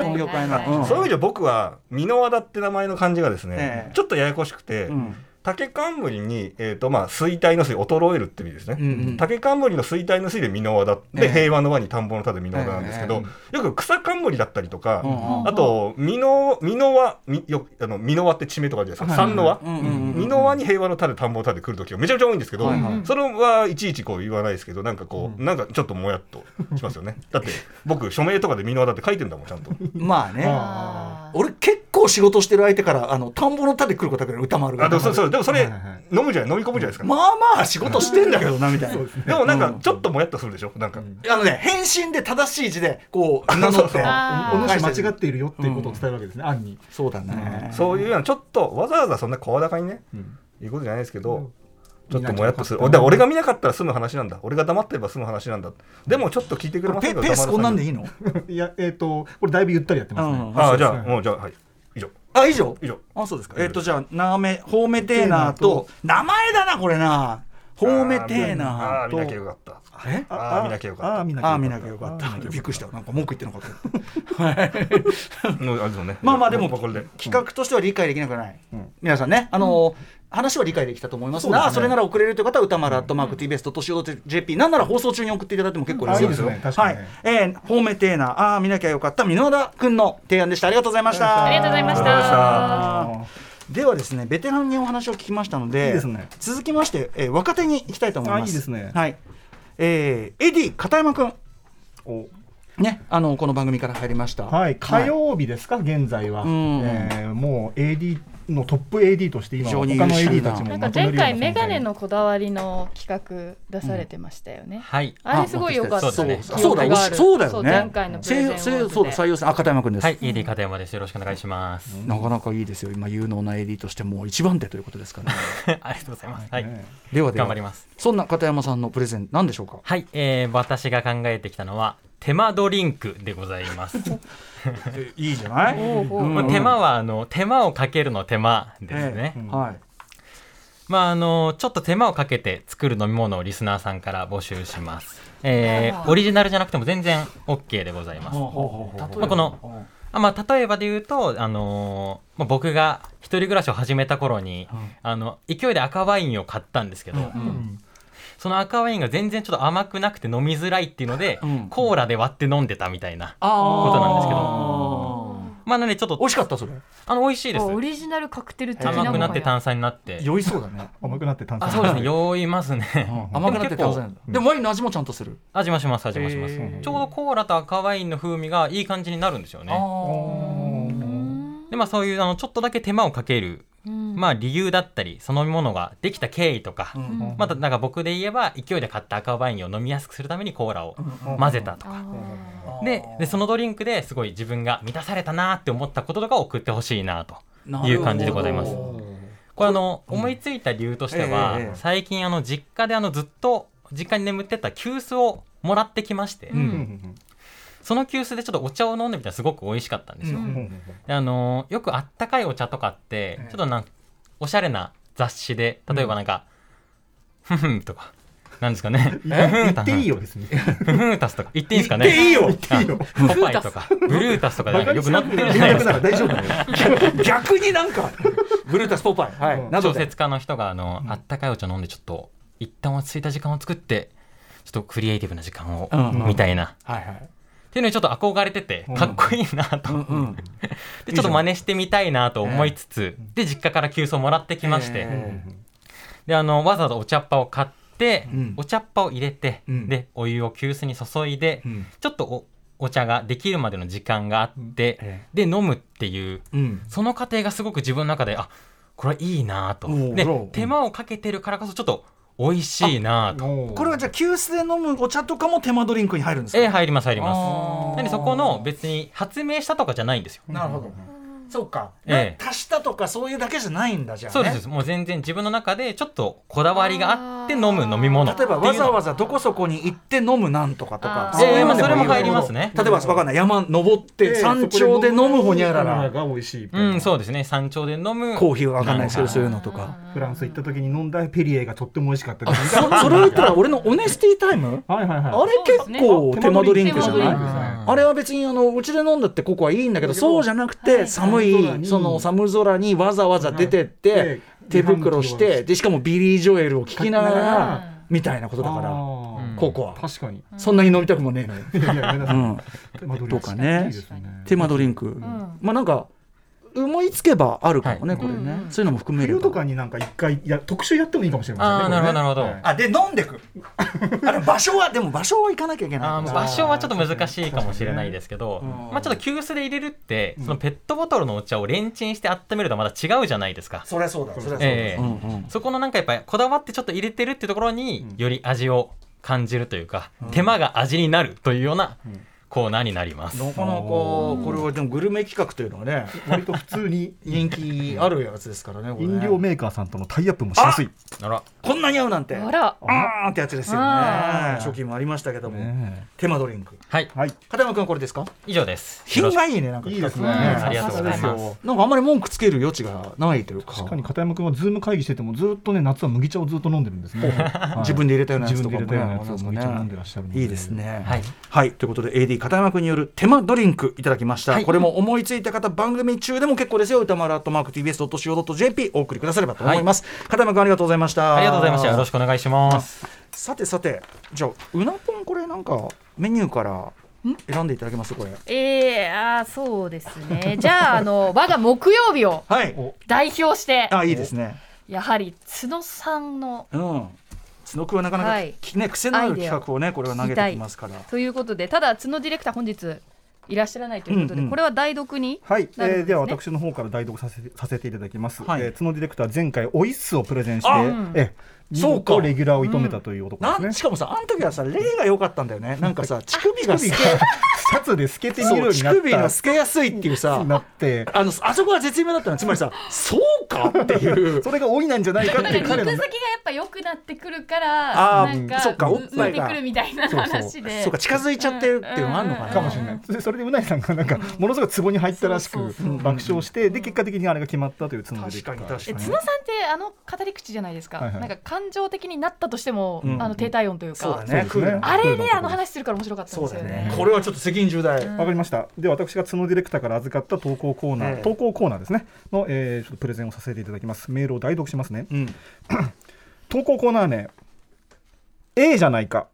B: の業界
E: はいはい
B: のうん
E: は
G: そういう意味じゃ僕は箕輪田って名前の漢字がですね、
B: ええ
G: ちょっとややこしくて、
B: うん
G: 竹冠に、えーとまあ、衰退の衰衰えるって意味ですね、
B: うんうん
G: 竹冠の衰退の衰で箕輪田
B: え
G: で、
B: え
G: 平和の輪に田んぼの田で箕輪田なんですけど、よく草冠だったりとか、
B: うんうん
G: あと箕輪箕輪みよあの箕輪って地名とかあるじゃないですか、三の輪、
B: うんうんうんうん
G: 箕輪に平和の田で田んぼの田で来る時がめちゃめちゃ多いんですけど、
B: はいはい
G: それはいちいちこう言わないですけどなんかこう、なんかちょっともやっとしますよねだって僕署名とかで箕輪田って書いてんだもんちゃんと。
B: まあね
E: あー
B: 俺結構仕事してる相手からあの田んぼの田で来ることだけど歌丸が
G: あでもそそうでもそれ、
D: はいはいはい
G: 飲むじゃない飲み込むじゃないですか、
B: まあまあ仕事してんだけどなみたいな
G: でもなん
B: う
G: か
B: ん
G: ちょっともやっとするでしょなんか、
B: あのね返信で正しい字でこう名乗って
E: あー
D: お主間違っているよっていうことを伝えるわけですね、案に。
B: そうだね
G: そういうようなちょっとわざわざそんな声高にね、
D: ん
G: 言うことじゃないですけ
D: う
G: ど
D: ん、
G: ちょっともやっとする
D: 見なきゃよかった
G: おだから俺が見なかったら済む話なんだ俺が黙ってれば済む話なんだでもちょっと聞いてくれませ
B: ペ
G: ん
B: ペ
G: か
B: ースこんなんでい
G: い
B: いの
D: いや、えっ、と、これだいぶゆったりやってますね。
B: うん
G: ああじ
D: そう
G: ゃ
D: で
G: あ
D: す
G: もうじゃあはい以上
B: あ以上
G: 以上
B: あそうですか
G: 以上
B: えっとじゃあナーメホーメテーナーと名前だなこれなホーメテー
G: あ
B: ナー
G: ー見なきゃ
B: と
G: よかった
B: え
G: ああ見なきゃよか
D: ああ、
G: っ
D: 見なきゃ
B: あー見なきゃよかったびっくりしたなんか文句言ってなかったはい
G: たうんあれですもんね
B: まあまあでも
G: これで
B: 企画としては理解できなくはない、皆さんねあのー、話は理解できたと思いますが
D: そうです
B: そ
D: ね
B: れなら送れるという方は歌丸アットマーク TBS と年を JP なんなら放送中に送っていただいても結構
D: あいい
B: で
D: ですす
B: よ
D: ね確かにね
B: はいえー、ホーメテーナーああー見なきゃよかった箕輪田君の提案でしたありがとうございました
E: ありがとうございまし
G: ありがとうございま
E: た。
B: あーではですねベテランにお話を聞きましたので
D: いいですね
B: 続きまして、えー若手に行きたいと思います
D: あいいですね
B: はいえーエディ片山君
D: お
B: ねあのこの番組から入りました
D: はい、火曜日ですか、現在は、
B: うん
D: えーもう AD のトップ AD として今
B: 非
D: 他
B: 常
D: の
B: に優秀な
D: AD たちも
E: なん
D: ま
E: か
D: と
E: 前
D: めるような
E: 回メガネ
D: 存在
E: のこだわりの企画出されてましたよね。
H: はい。
E: あれすごい良かった。
H: そ
B: そうう
H: ですね
B: そうだ
E: 記憶がある
B: そうだよね。
E: そう前回のプレゼンを
B: せいせいそうだ採用さん赤田山君です。
H: はい、ED 片山です。よろしくお願いします。
B: なかなかいいですよ。今有能な AD としてもう一番手ということですから、ね。
H: ありがとうございます。はい。
D: ね
B: ではでは
H: 頑張ります。
B: そんな片山さんのプレゼン何でしょうか。
H: はい、えー、私が考えてきたのは、手間ドリンクでございます。
B: いいじゃな
E: ほうほう
B: うん
H: まあ、手間は、あの、手間をかけるの手間ですね。
B: はい。
H: まあ、あの、ちょっと手間をかけて作る飲み物をリスナーさんから募集します。えー、オリジナルじゃなくても全然 OK でございます。まあ、この、あまあ、例えばで言うと、あのーまあ、僕が一人暮らしを始めた頃に、あの勢いで赤ワインを買ったんですけど、その赤ワインが全然ちょっと甘くなくて飲みづらいっていうので、
B: うん
H: コーラで割って飲んでたみたいな。
B: あ
H: ことなんですけど
B: ど。
H: まあ、なんでちょっ
B: 美
H: と
B: 味しかったそれ。
H: あの美味しいです
E: あオリジナルカクテル的なもの
H: 甘くなって
E: が
H: 炭酸になって
B: 酔いそうだね。
D: 甘くなって炭酸
H: あそうですね酔いますね
B: うん甘くなって倒せない。でもワインの味もちゃんとする。
H: 味もします味もします、
B: へー
H: ちょうどコーラと赤ワインの風味がいい感じになるんですよねでまあそういうあのちょっとだけ手間をかける、まあ理由だったりその飲み物ができた経緯とか、またなんか僕で言えば勢いで買った赤ワインを飲みやすくするためにコーラを混ぜたとか、ででそのドリンクですごい自分が満たされたなって思ったこととかを送ってほしいなという感じでございます。これあの、思いついた理由としては、
B: ええええ
H: 最近あの実家であのずっと実家に眠ってた急須をもらってきまして、
B: ん
H: その急須でちょっとお茶を飲んでみたらすごく美味しかったんですよ。であのーよくあったかいお茶とかって、ちょっとなんかおしゃれな雑誌で例えばなんか「ふ、んふん」とか。なんですかね。
D: 言っていいよですね。
H: ふふんたすとか言っていいんですかね。
B: いいよ。
H: あポパイとかブルータスとかなんかよく載ってるじゃないですか。
D: 大丈夫だよ。
B: 逆になん かブルータスポーパイはい。など
H: 小
B: で。
H: 説家の人があの、あったかいお茶飲んでちょっと一旦落ち着いた時間を作ってちょっとクリエイティブな時間を、
B: うんうん
H: みたいなっ
B: はいはい。
H: ていうのにちょっと憧れててかっこいいなと、
B: うんうん。
H: でちょっと真似してみたいなと思いつつ、で実家から急須をもらってきまして、
B: えー
H: であのわざわざお茶っ葉を買って、
B: うん
H: お茶っ葉を入れて、
B: うん
H: でお湯を急須に注いで、
B: うん
H: ちょっとおお茶ができるまでの時間があって、
B: え
H: で飲むっていう
B: うん。
H: その過程がすごく自分の中であこれはいいなぁと
B: おう
H: で
B: そらうん
H: 手間をかけてるからこそちょっと美味しいなぁと
B: これはじゃあ急須で飲むお茶とかも手間ドリンクに入るんですか
H: ええ入ります入り
B: あ
H: ま
B: ー
H: すなんでそこの別に発明したとかじゃないんですよ
B: なるほど。そうか、
H: ええ
B: 足したとかそういうだけじゃないんだじゃあ、ね、
H: そうですそうですもう全然自分の中でちょっとこだわりがあって飲む飲み物
B: 例えばわざわ
H: ざ
B: ざどこそこに行って飲むなんとかとか
E: あー
B: そういうのでいい
H: ええまあそれも入りますね
B: 例えばわかんない山登って山頂で飲むほにゃらら
D: が美味しいみたいな
H: うんそうですね山頂で飲む
B: コーヒーはわかんないですけど
H: はい
B: そういうのとか
D: フランス行った時に飲んだペリエがとっても美味しかったです
B: そそれを言ったら俺のオネスティタイム
D: はいはいはい
B: あれ結構手間取りんクじゃ
E: 手間取り
B: な
E: リン
B: い
E: ク
B: あれは別にあのうちで飲んだってココアいいんだけどそうじゃなくて寒
D: 寒空
B: い
D: に
B: その寒空にわざわざ出てって
D: で
B: 手袋してでしかもビリー・ジョエルを聴きなが
D: かきなが
B: らみたいなことだ
D: あ
B: か
D: ー
B: らココア
D: 確かに
B: そんなに飲みたくもねえのよ
D: いやいやごめんなさい
B: うん
D: 手間取り
B: とかね
D: いいです
B: 手間ドリンク、まあなんか思いつけばあるかもね、
H: はい
B: これね、
E: うんうん
B: そういうのも含めれ
D: 冬
B: ば
D: とかになんか一回や特集やってもいいかもしれませんね
H: あー
D: これね
H: なるほどなるほど
D: は
B: あ
D: い
B: で飲んでくあれ場所はでも場所は行かなきゃいけ
H: あ
B: ない
H: ー
B: か
H: もう
B: ら
H: 場所はちょっと難しいかもしれないですけ
B: 確
H: ど、
B: かにねうん
H: まあ、ちょっと急須で入れるって、そのペットボトルのお茶をレンチンして温めるとはまた違うじゃないですか、
B: そりゃそうだそりゃそうだ、
H: ええ
B: うんうん
H: そこのなんかやっぱりこだわってちょっと入れてるってところにより味を感じるというか、手間が味になるというようなコーナーになります、
B: なかなかこれはでもグルメ企画というのはね
D: 割と普通に
B: 人気あるやつですからねこれね
D: 飲料メーカーさんとのタイアップもしやすい
H: あら
B: こんなに合うなんて
E: あら
B: あーんってやつですよね
E: あ
B: 初期もありましたけども、
D: ね
B: 手間ドリンク
H: はい
D: はい
B: 片山君これですか
H: 以上です
B: 品
H: よろし
B: がいいねなんか
D: いいですね
H: ありがとうございます
D: す
B: なんかあんまり文句つける余地がないというか
D: 確かに片山君はズーム会議しててもずっとね夏は麦茶をずっと飲んでるんですね、はい
B: 自分で入れたようなやつ
D: 自
B: と
D: 分で
B: かも
D: 入れ
B: ね
D: たようなやつを麦茶
B: な
D: 飲
B: んか
D: んで
B: ね
D: らっしゃるので
B: いいですね。
H: はい
B: ということで AD 片山君による手間ドリンクいただきました、これも思いついた方番組中でも結構ですよ歌丸アットマーク TBS.CO.JP お送りくださればと思います、片山君ありがとうございました
H: ありがとうございましたよろしくお願いします
B: さてさてじゃあうなぽんこれなんかメニューから選んでいただけますこれ
E: ええあーそうですねじゃああの我が木曜日を
B: はい
E: 代表して
B: あいいですね
E: やはり角さんの
B: うん角くんはなかなか、
E: はい
B: きね癖のある企画をねこれは投げてきますから
E: ということでただ角ディレクター本日いらっしゃらないということで、
B: うんうん
E: これは代読に
D: はい、
E: なるほどです
D: え
E: ね
D: ーでは私の方から代読させてさせていただきます、
B: はい
D: えー角ディレクター前回オイスをプレゼンして、
B: あ
D: えー
B: そうか
D: 見事レギュラーを射止めたという男です
B: な
D: ね
B: んしかもさあの時はさ例が良かったんだよねなんかさ乳首が
D: 乳首 がシャツで透けて見るよ
B: そう
D: うに
B: 乳
D: なっ
B: 首が
D: た
B: 透けやすいっていうさ
D: なって
B: あのあそこは絶妙だったのつまりさそうかって いう
D: それが老いなんじゃないかって
E: なん
D: いう
E: か
D: 彼
E: 肉
D: の
E: 付きがやっぱ良くなってくるから
B: あ
E: な
B: ー
E: んか
B: そっかおっぱいが
E: 浮いてくるみたいな
D: そうそう
E: 話で
B: そうか近づいちゃってるっていうのもあるのかな
D: かもしれないでそれでうないさんがなんかものすごい壺に入ったらしく
E: そうそうそう
D: 爆笑してで結果的にあれが決まったという角ディレ
B: 確
D: クタ
B: かに確
E: え
D: ー
B: か
E: 角
B: に
E: さんってあの語り口じゃないですか、
D: はいはい
E: なんか感情的になったとしても、
B: うん
E: あの低体温という
B: そうだ
E: か、
B: ね
D: そうですね
E: あれであの話するから面白かったんですよね
B: これはちょっと責任重大
D: わかりました。で、私が角ディレクターから預かった投稿コーナー、
B: ええ
D: 投稿コーナーですね、の、えーちょっとプレゼンをさせていただきます。メールを代読しますね。
B: うん
D: 投稿コーナー名、A じゃないか、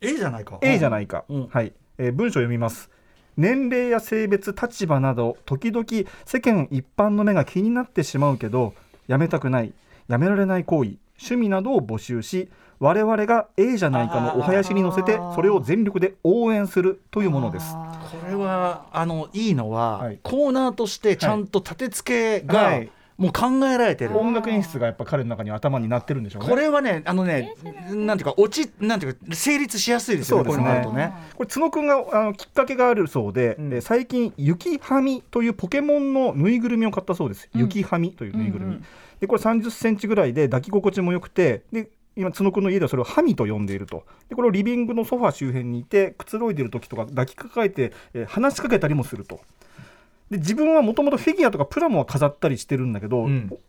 B: A じゃないか
D: A じゃないか。
B: うん
D: はい、えー文章を読みます。年齢や性別、立場など、時々世間一般の目が気になってしまうけど、やめたくない、やめられない行為、趣味などを募集し、我々が A じゃないかのお囃子に乗せて、それを全力で応援するというものです。
E: あ
B: これはあのいいのは、
D: はい
B: コーナーとしてちゃんと立て付けが、
D: はい
B: もう考えられてる、
D: 音楽演出がやっぱ彼の中に頭になってるんでしょうね。
B: これはねあのねなんていうか落ちなんていうか成立しやすいですよね
D: そうです
B: こ
D: ね
B: ういうのあるとね
D: これ角くんがあのきっかけがあるそうで、
B: うん
D: えー最近雪はみというポケモンのぬいぐるみを買ったそうです、雪はみというぬいぐるみ、
E: うんうん
D: でこれ3 0センチぐらいで抱き心地も良くてで今角くんの家ではそれをハミと呼んでいるとでこれをリビングのソファー周辺にいてくつろいでる時とか抱きかかえて、えー話しかけたりもするとで自分はもともとフィギュアとかプラモは飾ったりしてるんだけど、
B: うん
D: こ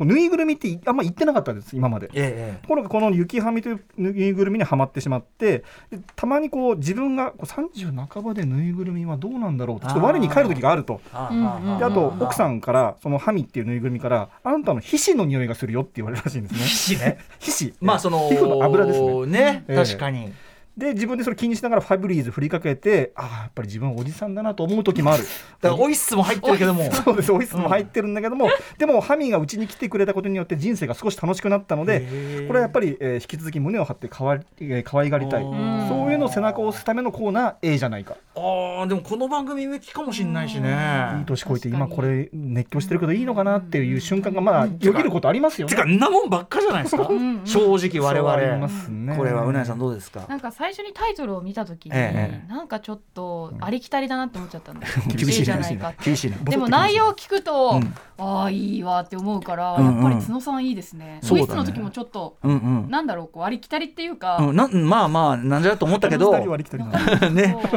D: うぬいぐるみっていあんま言ってなかったんです今まで
B: え
D: ところがこの雪はみというぬいぐるみにはまってしまってでたまにこう自分がこう30半ばでぬいぐるみはどうなんだろうとちょっと我に返る時があると
B: えあ
E: うんうん
D: であと奥さんからそのハミっていうぬいぐるみからあんたの皮脂の匂いがするよって言われるらしいんですね
B: 皮脂ね
D: 皮脂
B: まあその
D: 皮膚の油ですね
B: ね
D: ええ
B: 確かに、
D: で自分でそれ気にしながらファブリーズ振りかけてああやっぱり自分はおじさんだなと思う時もある
B: だからオイスも入ってるけども
D: そうですオイスも入ってるんだけども、でもハミがうちに来てくれたことによって人生が少し楽しくなったの
B: へ
D: で
B: ー
D: これはやっぱり、えー引き続き胸を張ってかわい、えー可愛がりたい
B: うん
D: そういうのを背中を押すためのコーナー A じゃないか
B: ああでもこの番組向きかもしれないしね
D: いい年こいて今これ熱狂してるけどいいのかなっていう瞬間がまあよぎることありますよ
B: て
D: ね
B: かんなもんばっかじゃないですか
E: んうん
B: 正直我
D: そうありま
B: 々
D: すね
B: これはうなぎさんどうですか
E: なんか最初にタイトルを見た時に、
B: え
E: なんかちょっとありきたりだなって思っちゃったんで
B: 厳しい
E: じゃ
B: ね
E: ないかって
B: 厳しいね
E: でも内容を聞く
B: う
E: と、
B: ん
E: ああいいわって思うから、
B: うんうん
E: やっぱり角さんいいですね。
B: そうだね
E: ホイッスの時もちょっと、
B: うんうん
E: なんだろうこうありきたりっていうか、
B: うん、なまあまあなんじゃと思ったけど
D: こ
B: ね
D: の二人はありきたりだな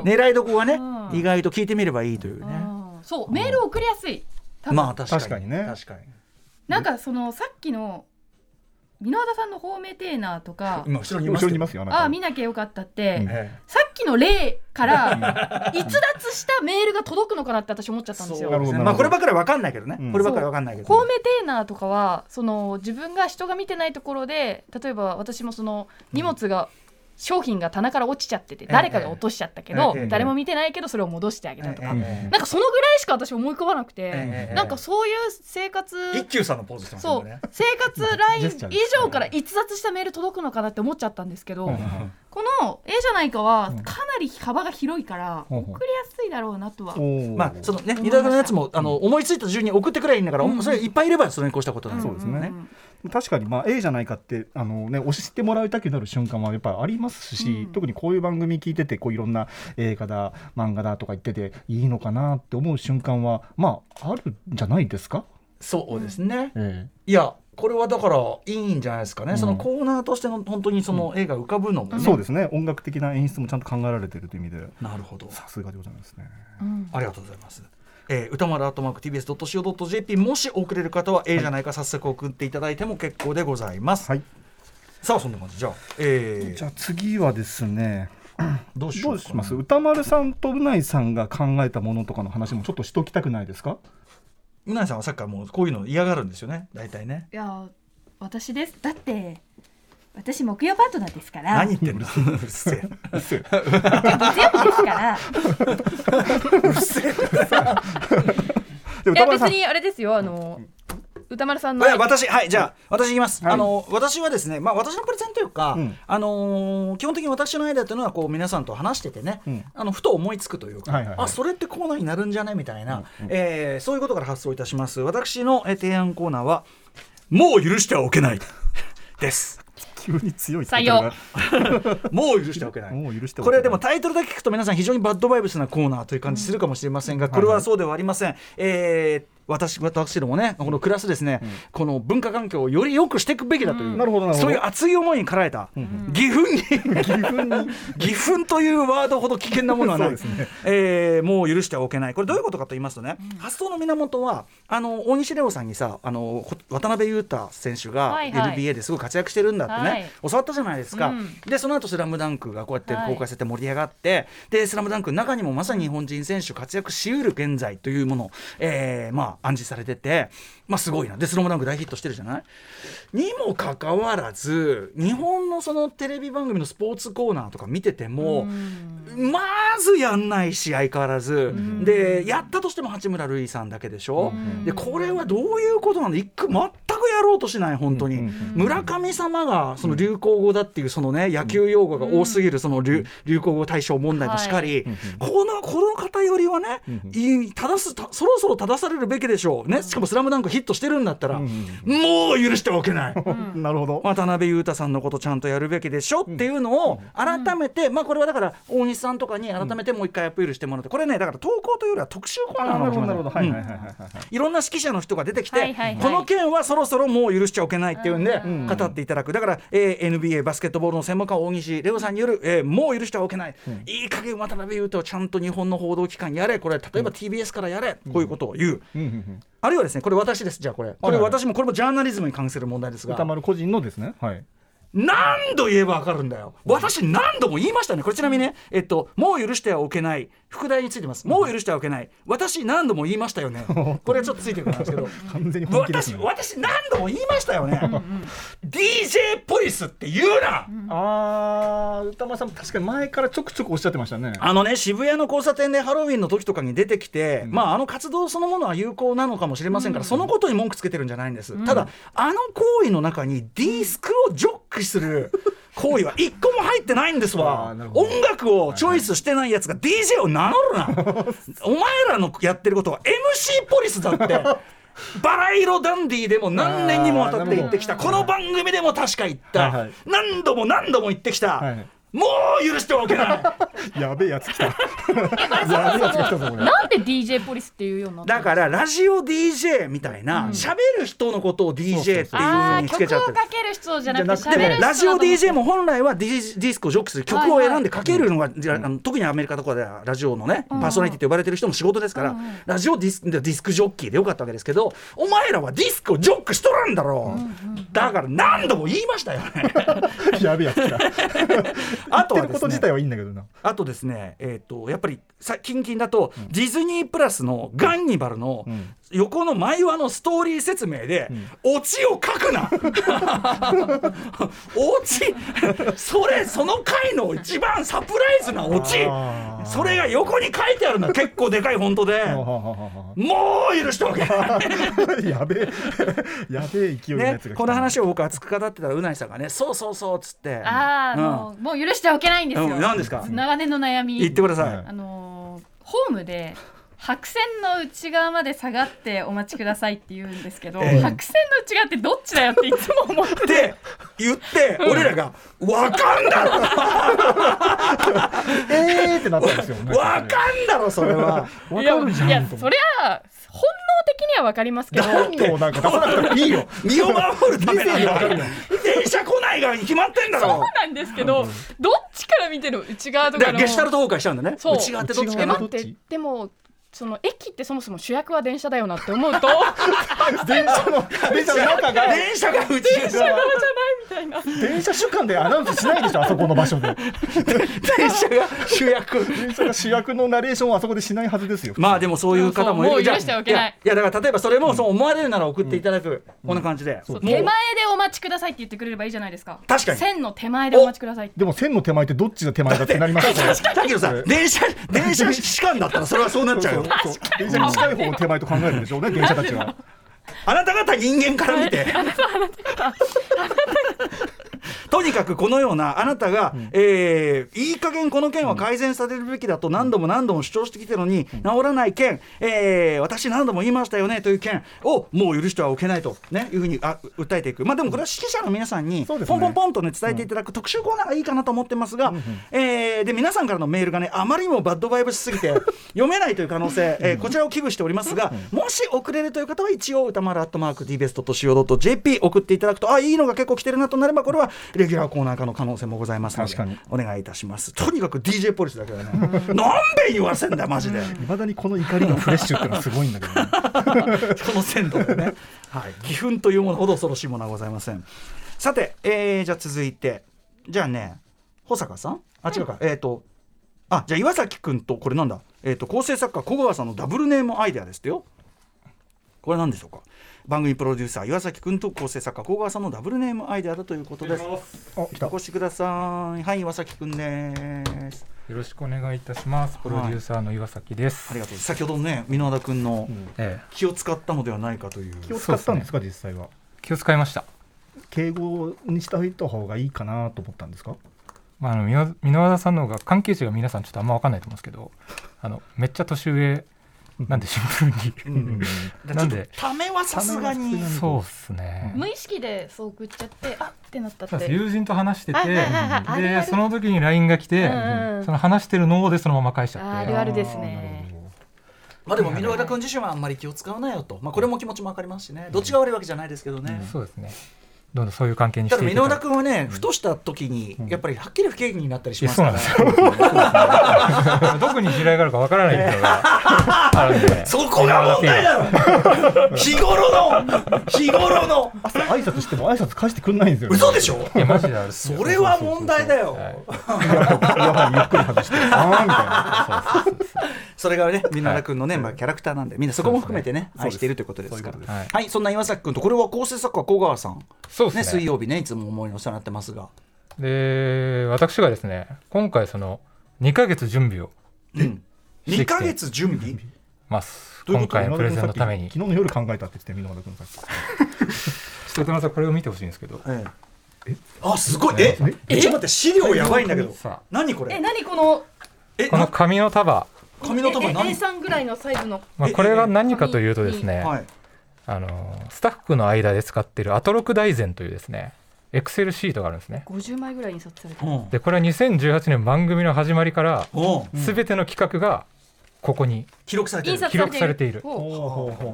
B: 狙いどこはね
E: うん
B: 意外と聞いてみればいいというね
E: うんそうメール送りやすい。多分
B: まあ確かに
D: 確かにね
B: 確かに
E: なんかそのさっきの箕輪田さんの方名テーナーとか。
B: 今後ろにいま
D: 後
B: す
D: ろ
B: け
D: に
B: ど
D: いますよあなた
E: ああ見なきゃよかったって、
D: うん
B: え
E: さっきの例から逸脱したメールが届くのかなって私思っちゃったんです
B: え
E: よ。
D: なるほど
B: まあこればっかりは分かんないけどね
D: うん
B: こればっかりは分かんないけど
E: ホーメテーナーとかはその自分が人が見てないところで例えば私もその荷物が、商品が棚から落ちちゃってて誰かが落としちゃったけど、
B: ええ
E: 誰も見てないけどそれを戻してあげたとか、
B: ええ
E: なんかそのぐらいしか私思い浮かばなくて、
B: ええ
E: なんかそういう生活、
B: 一休さんのポーズしてます
E: そ
B: よ
E: う
B: ね
E: 生活ライン
D: ジ
E: 以
D: ェスチャーです
E: 上から逸脱したメール届くのかなって思っちゃったんですけど、
D: うんうん
E: この「ええじゃないか」は
D: うん
E: かなり幅が広いから
D: ほう
E: 送
D: ほう
E: りやすいだろうなとは。
D: おー
B: まあそのね二段のやつもあの思いついた順に送ってくればいいんだから
E: うん
B: それいっぱいいればそれに越したことない
D: そうですね
E: んんん
D: 確かにまあ A じゃないかってあのね推してもらいたくなる瞬間はやっぱりありますし、
E: うん
D: 特にこういう番組聞いててこういろんな映画だ漫画だとか言ってていいのかなって思う瞬間はまああるんじゃないですか、
B: そうですね
D: え
B: いやこれはだからいいんじゃないですかね、
D: うん
B: そのコーナーとしての本当にその絵が浮かぶのもね、
D: えそうですね音楽的な演出もちゃんと考えられてるという意味で
B: なるほど
D: さすがでございますね。
E: うん
B: ありがとうございます。えー、歌丸アートマーク TBS.CO.JP もし送れる方は A じゃないか早速送っていただいても結構でございます。
D: はい
B: さあそんな感じじゃあ、えー、
D: じゃあ次はですね
B: どうしよう
D: どう
B: か
D: し
B: な
D: ます歌丸さんとうないさんが考えたものとかの話もちょっとしときたくないで すか
B: うなえさんはさっきからもうこういうの嫌がるんですよね大体ね。
E: いや私ですだって私木曜パートナーですから
B: 何言ってんのうっせえ
D: うっせえ
E: 全部ですから
B: うっせ え
D: で
C: いや
D: 歌
C: 別
D: 丸さん
C: にあれですよあの歌丸さんの
B: いや私はいじゃあ私いきます、
D: はい
B: あの私はですねまあ私のプレゼンというか、
D: うん
B: あのー基本的に私のアイデアというのはこう皆さんと話しててね、
D: うん
B: あのふと思いつくというか、
D: はいはいはい
B: あそれってコーナーになるんじゃねみたいな、えーそういうことから発想いたします私のえー提案コーナーはもう許してはおけないです
D: 急に強い
C: 採用
B: もう許してはおけない
D: もう許してはおけな
B: これ
D: い
B: でもタイトルだけ聞くと皆さん非常にバッドバイブスなコーナーという感じするかもしれませんが、これはそうではありません、えー私私どもねこのクラスですね、この文化環境をより良くしていくべきだという、
D: なるほどなるほ
B: そう
D: ど
B: いう熱い思いに駆られた、義憤に義憤というワードほど危険なものはない
D: そうですね
B: えーもう許してはおけないこれどういうことかと言いますとね、発想の源はあの大西レオさんにさあのこ渡辺裕太選手が
C: はいはい
B: NBA ですごい活躍してるんだってね、
C: はい
B: 教わったじゃないですか、
C: うん
B: でその後スラムダンク」がこうやって
C: はい
B: 公開されて盛り上がって、で「スラムダンクの中にもまさに日本人選手活躍しうる現在というもの、えーまあ暗示されてて、まあ、すごいなで「スラムダンク大ヒットしてるじゃないにもかかわらず日本のそのテレビ番組のスポーツコーナーとか見てても、まずやんないし相変わらず、でやったとしても八村塁さんだけでしょ、でこれはどういうことなんだ一句全くやろうとしない本当に、村神様がその流行語だっていうそのね野球用語が多すぎるその流,、流行語対象問題もしかり、このこの偏りはね、いい正すたそろそろ正されるべきでしょうねしかも「スラムダンクヒットしてるんだったら、もう許してはおけない。
D: なるほど
B: 渡辺裕太さんのことちゃんとやるべきでしょっていうのを改めて、まあこれはだから大西さんとかに改めてもう一回アピールしてもらってこれねだから投稿というよりは特集コーナー
D: な
B: か
D: る
B: も
D: ほ
B: しれない
D: どなるほどはいはいはいはいはい
B: いろんな指揮者の人が出てきて、
C: はいはいはい
B: この件はそろそろもう許しちゃおけないっていうんで語っていただくだから、えー NBA バスケットボールの専門家大西レオさんによる、えーもう許してはおけない、いい加減渡辺裕太をちゃんと日本の報道機関やれこれ例えば TBS からやれ、こういうことを言う、
D: うんうんうん
B: あるいはですねこれ私ですじゃあこれこれ私もこれもジャーナリズムに関する問題ですが
D: 歌丸個人のですねはい
B: 何度言えば分かるんだよ私何度も言いましたねこれちなみにねえっともう許してはおけない副題についてますもう許してはおけない私何度も言いました よねこれちょっとついてくるんですけど
D: 完全に本気です
B: 私
D: ね
B: 私何度も言いましたよね DJ ポリスって言うな
D: あー歌丸さんも確かに前からちょくちょくおっしゃってましたね
B: あのね渋谷の交差点でハロウィンの時とかに出てきて、まああの活動そのものは有効なのかもしれませんから、そのことに 文句つけてるんじゃないんです、ただあの行為の中に D スクをジョックする行為は一個も入ってないんですわ
D: あーなるほど
B: 音楽をチョイスしてないやつが DJ を名乗るなお前らのやってることは MC ポリスだって バラ色ダンディでも何年にもわたって言ってきた
D: あー
B: この番組でも確か言っ
D: はいは
B: た
D: い
B: 何度も何度も言ってきた
D: はい
B: もう許してはおけない
D: やべえやつ 来た
E: あれそ
D: やべえや
E: も
D: つが来
E: そも
D: たぞこれ
E: なんで DJ ポリスっていうようになった
B: だ
E: の
B: からラジオ DJ みたいな喋、る人のことを DJ っていうふ
E: あ
B: う
E: ー
B: につけち
E: 曲
B: ゃ
E: を
B: ってる
E: かける人じゃなくて
B: で
E: 喋る
B: も
E: 人
B: ラジオ
E: だと思って
B: DJ も本来はディディスコをジョックする曲を選んでかけるのが、じゃああの特にアメリカとかではラジオのね、パーソナリティと呼ばれてる人も仕事ですから、ラジオディスディスクジョッキーでよかったわけですけどお前らはディスクをジョックしとらんだろう、だから何度も言いましたよ ね
D: やべえやつ来た
B: あと
D: 言
B: は
D: ってる
B: です
D: こと
B: ね
D: 自体はいいんだけどな
B: あとですね、えー、とやっぱりさキンキンだと、ディズニープラスのガンニバルの
D: ん
B: 横の前話のストーリー説明で、オチを書く なオチそれその回の一番サプライズなオチ
D: あー
B: それが横に書いてあるの結構でかい本当で
D: はははは
B: もう許しておけ
D: はやべえ やべえ勢いのや
B: ね
D: つが来た、
B: この話を僕熱く語ってたらうないさんがねそうそうそうっつって
E: あーもうもう許してはいけないんです
B: うん
E: よ
B: うん、何ですか
E: 長年の悩み
B: 言ってください、
D: はい
E: あのーホームで白線の内側まで下がってお待ちくださいって言うんですけど、
B: ええ
E: 白線の内側ってどっちだよっていつも思って
B: って言って俺ら が「わかんだろ
D: えーってなったんですよね
B: わかんだろそれは
D: わかるじゃん
E: いやいや
D: と思
E: そ
D: って
E: りゃ本能的にはわかりますけど
D: もうなんか出さなくてもいいよ
B: 身を守るためなんだ電車来ない側に決まってんだ
E: そう
B: ろ
E: なんですけど、どっちから見てる内側と
B: だ
E: か
B: から
E: の
B: ゲシュタルト崩壊しちゃうんだね
E: そう
B: 内側ってどっち
E: え
B: かな
E: 待っ
D: どってち
E: でもその駅ってそもそも主役は電車だよなって思うと 電
D: 電車の電車の中が
B: 電車が内
E: 車側じゃな
B: 側
E: いみたいな
D: 電車主観でアナウンスしないでしょあそこの場所で
B: 電車が主役
D: 電車が主役のナレーションをあそこでしないはずですよ
B: まあでもそういう方もい
E: そう
B: る
E: もう許してはいいけ
B: や
E: ない
B: いやだから例えばそれもそう思われるなら送っていただくこんな感じで
E: 手前でお待ちくださいって言ってくれればいいじゃないですか
B: 確かに
E: 線の手前でお待ちくださいって
D: でも線の手前ってどっちが手前だってなりますよね
B: だけどさ電車電車士官だったらそれはそうなっちゃうよ
D: そうそう電車に近い方の手前と考えるんでしょうね電車たちは
B: あなた方人間から見て。とにかくこのようなあなたが、えーいい加減この件は改善されるべきだと何度も何度も主張してきてるのに、治らない件、えー私何度も言いましたよねという件をもう許してはおけないと、ね、いうふうにあ訴えていくまあでもこれは指揮者の皆さんに
D: そ
B: ポ
D: う
B: ン
D: ですね
B: ポンポンとね伝えていただく特集コーナーがいいかなと思ってますが、えーで皆さんからのメールがねあまりにもバッドバイブしすぎ て読めないという可能性、えーこちらを危惧しておりますが、もし遅れるという方は一応歌丸アットマーク dbest.co.jp 送っていただくとあいいのが結構来てるなとなればこれはレギュラーコーナー化の可能性もございますので
D: 確かに
B: お願いいたしますとにかく DJ ポリスだけ はね何べん言わせんだよマジで。
D: いまだにこの怒りのフレッシュってのはすごいんだけど、ね、
B: この鮮度でね、 はい、義憤というものほど恐ろしいものはございませんさて、えー、じゃあ続いてじゃあね保坂さんあ違うか、えっ、とあじゃあ岩崎君とこれなんだ、えー、と構成作家小川さんのダブルネームアイデアですってよこれ何でしょうか番組プロデューサー岩崎君と構成作家小川さんのダブルネームアイデアだということです
I: あ、来た。
B: お越しくださいはい岩崎君です
I: よろしくお願いいたします。プロデューサーの岩崎です。
B: ありがとうございます先ほどね箕輪田君の
I: ええ
B: 気を使ったのではないかという、
D: 気を使ったんですか実際は
I: 気を使いました。
D: 敬語にした方がいいかなと思ったんですか
I: まあ、あの、みの、箕輪田さんの方が関係者が皆さんちょっとあんまわかんないと思うんですけど。あの、めっちゃ年上。なんでシンプルに。なんで
B: ためはさすがに
I: そうっすね。
E: 無意識でそう送っちゃってあってなったっ
I: そう
E: て
I: です友人と話してて、
E: はいはいはいはいあるあ
I: で
E: る
I: その時に LINE が来て、
E: うんうん
I: その話してるのをでそのまま返しちゃ
E: あ
I: っ
E: るあ
I: て
E: るですね
B: まあでも箕輪田君自身はあんまり気を使わないよと、まあ、これも気持ちも分かりますしねどっちが悪いわけじゃないですけどね、
I: そうですねどんどんそういう関係に
B: た
I: し
B: だ
I: てい
B: 箕輪
I: た
B: 田
I: だ
B: 君はね、ふとした時にやっぱりはっきり不景気になったりし
I: いや
B: ます
I: そう
B: か
I: な
B: ら、
I: んですよ どこに地雷があるかわからないっていうのがあるんで
B: そこが問題だろ日頃の日頃の
D: 朝挨拶しても挨拶返してくんないんですよ、ね、
B: 嘘でしょ
I: いやマジである
B: それは問題だよ
D: やばいゆっくり外してあーみたいな
B: それがね箕輪田君のね、まあ、キャラクターなんでみんなそこも含めてね愛しているということですから
I: すはい
B: はいそんな岩崎君とこれは構成作家小川さん
I: そう
B: ね
I: です
B: 水
I: ね
B: 曜日ねいつも思いのお世話になってますが、
I: で私がですね今回その2ヶ月準備を
B: うん、2ヶ月準備
I: ます
D: どういう
I: 今
D: こと
I: 回のプレゼンのためにち
D: 昨日の夜考えたって言って箕輪田君さっき
I: ょっと歌丸さんこれを見てほしいんですけど
B: ええあすごいえちょっと待って資料やばいんだけど
I: さ
B: 何こ
E: え
B: れ
E: 何この
B: え
I: この
B: な
I: 紙の束、
B: 紙の束何
E: A3 ぐらいのサイズの
I: まあ、これは何かというとですね、
B: はい
I: あのスタッフの間で使っているアトロク大全というですねエクセルシートがあるんですね
E: 50枚ぐらい印刷されて
B: う
E: る
B: ん
I: でこれは2018年番組の始まりから
B: おう
I: 全ての企画がここに
B: 記録されて
E: 印
B: る
E: 刷されている
I: 記録されている
E: ほう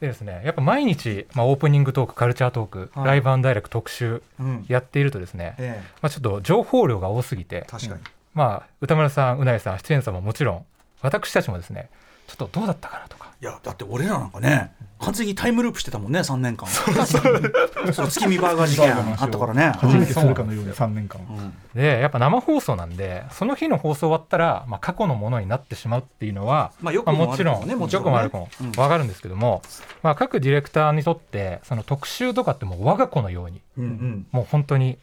I: でですねやっぱ毎日、まあ、オープニングトークカルチャートーク、
B: はい
I: ライブダイレクト特集
B: うん
I: やっているとですね、
B: え
I: まあ、ちょっと情報量が多すぎて
B: え、確かに
I: まあ、歌丸さんうなえさん出演さんももちろん私たちもですねちょっとどうだったかなとか
B: いやだって俺らなんかね完全にタイムループしてたもんね3年間その月見バーガー事件あったからね
D: 初めてするかのように3年間
I: でやっぱ生放送なんでその日の放送終わったら、まあ、過去のものになってしまうっていうのは、
B: まあ良くも
I: ちろ
B: 悪く
I: ん
B: もね
I: 良
B: もちろん
I: くも悪くも
B: うん
I: 分かるんですけども、まあ、各ディレクターにとってその特集とかってもう我が子のように
B: うんうん
I: もう本当に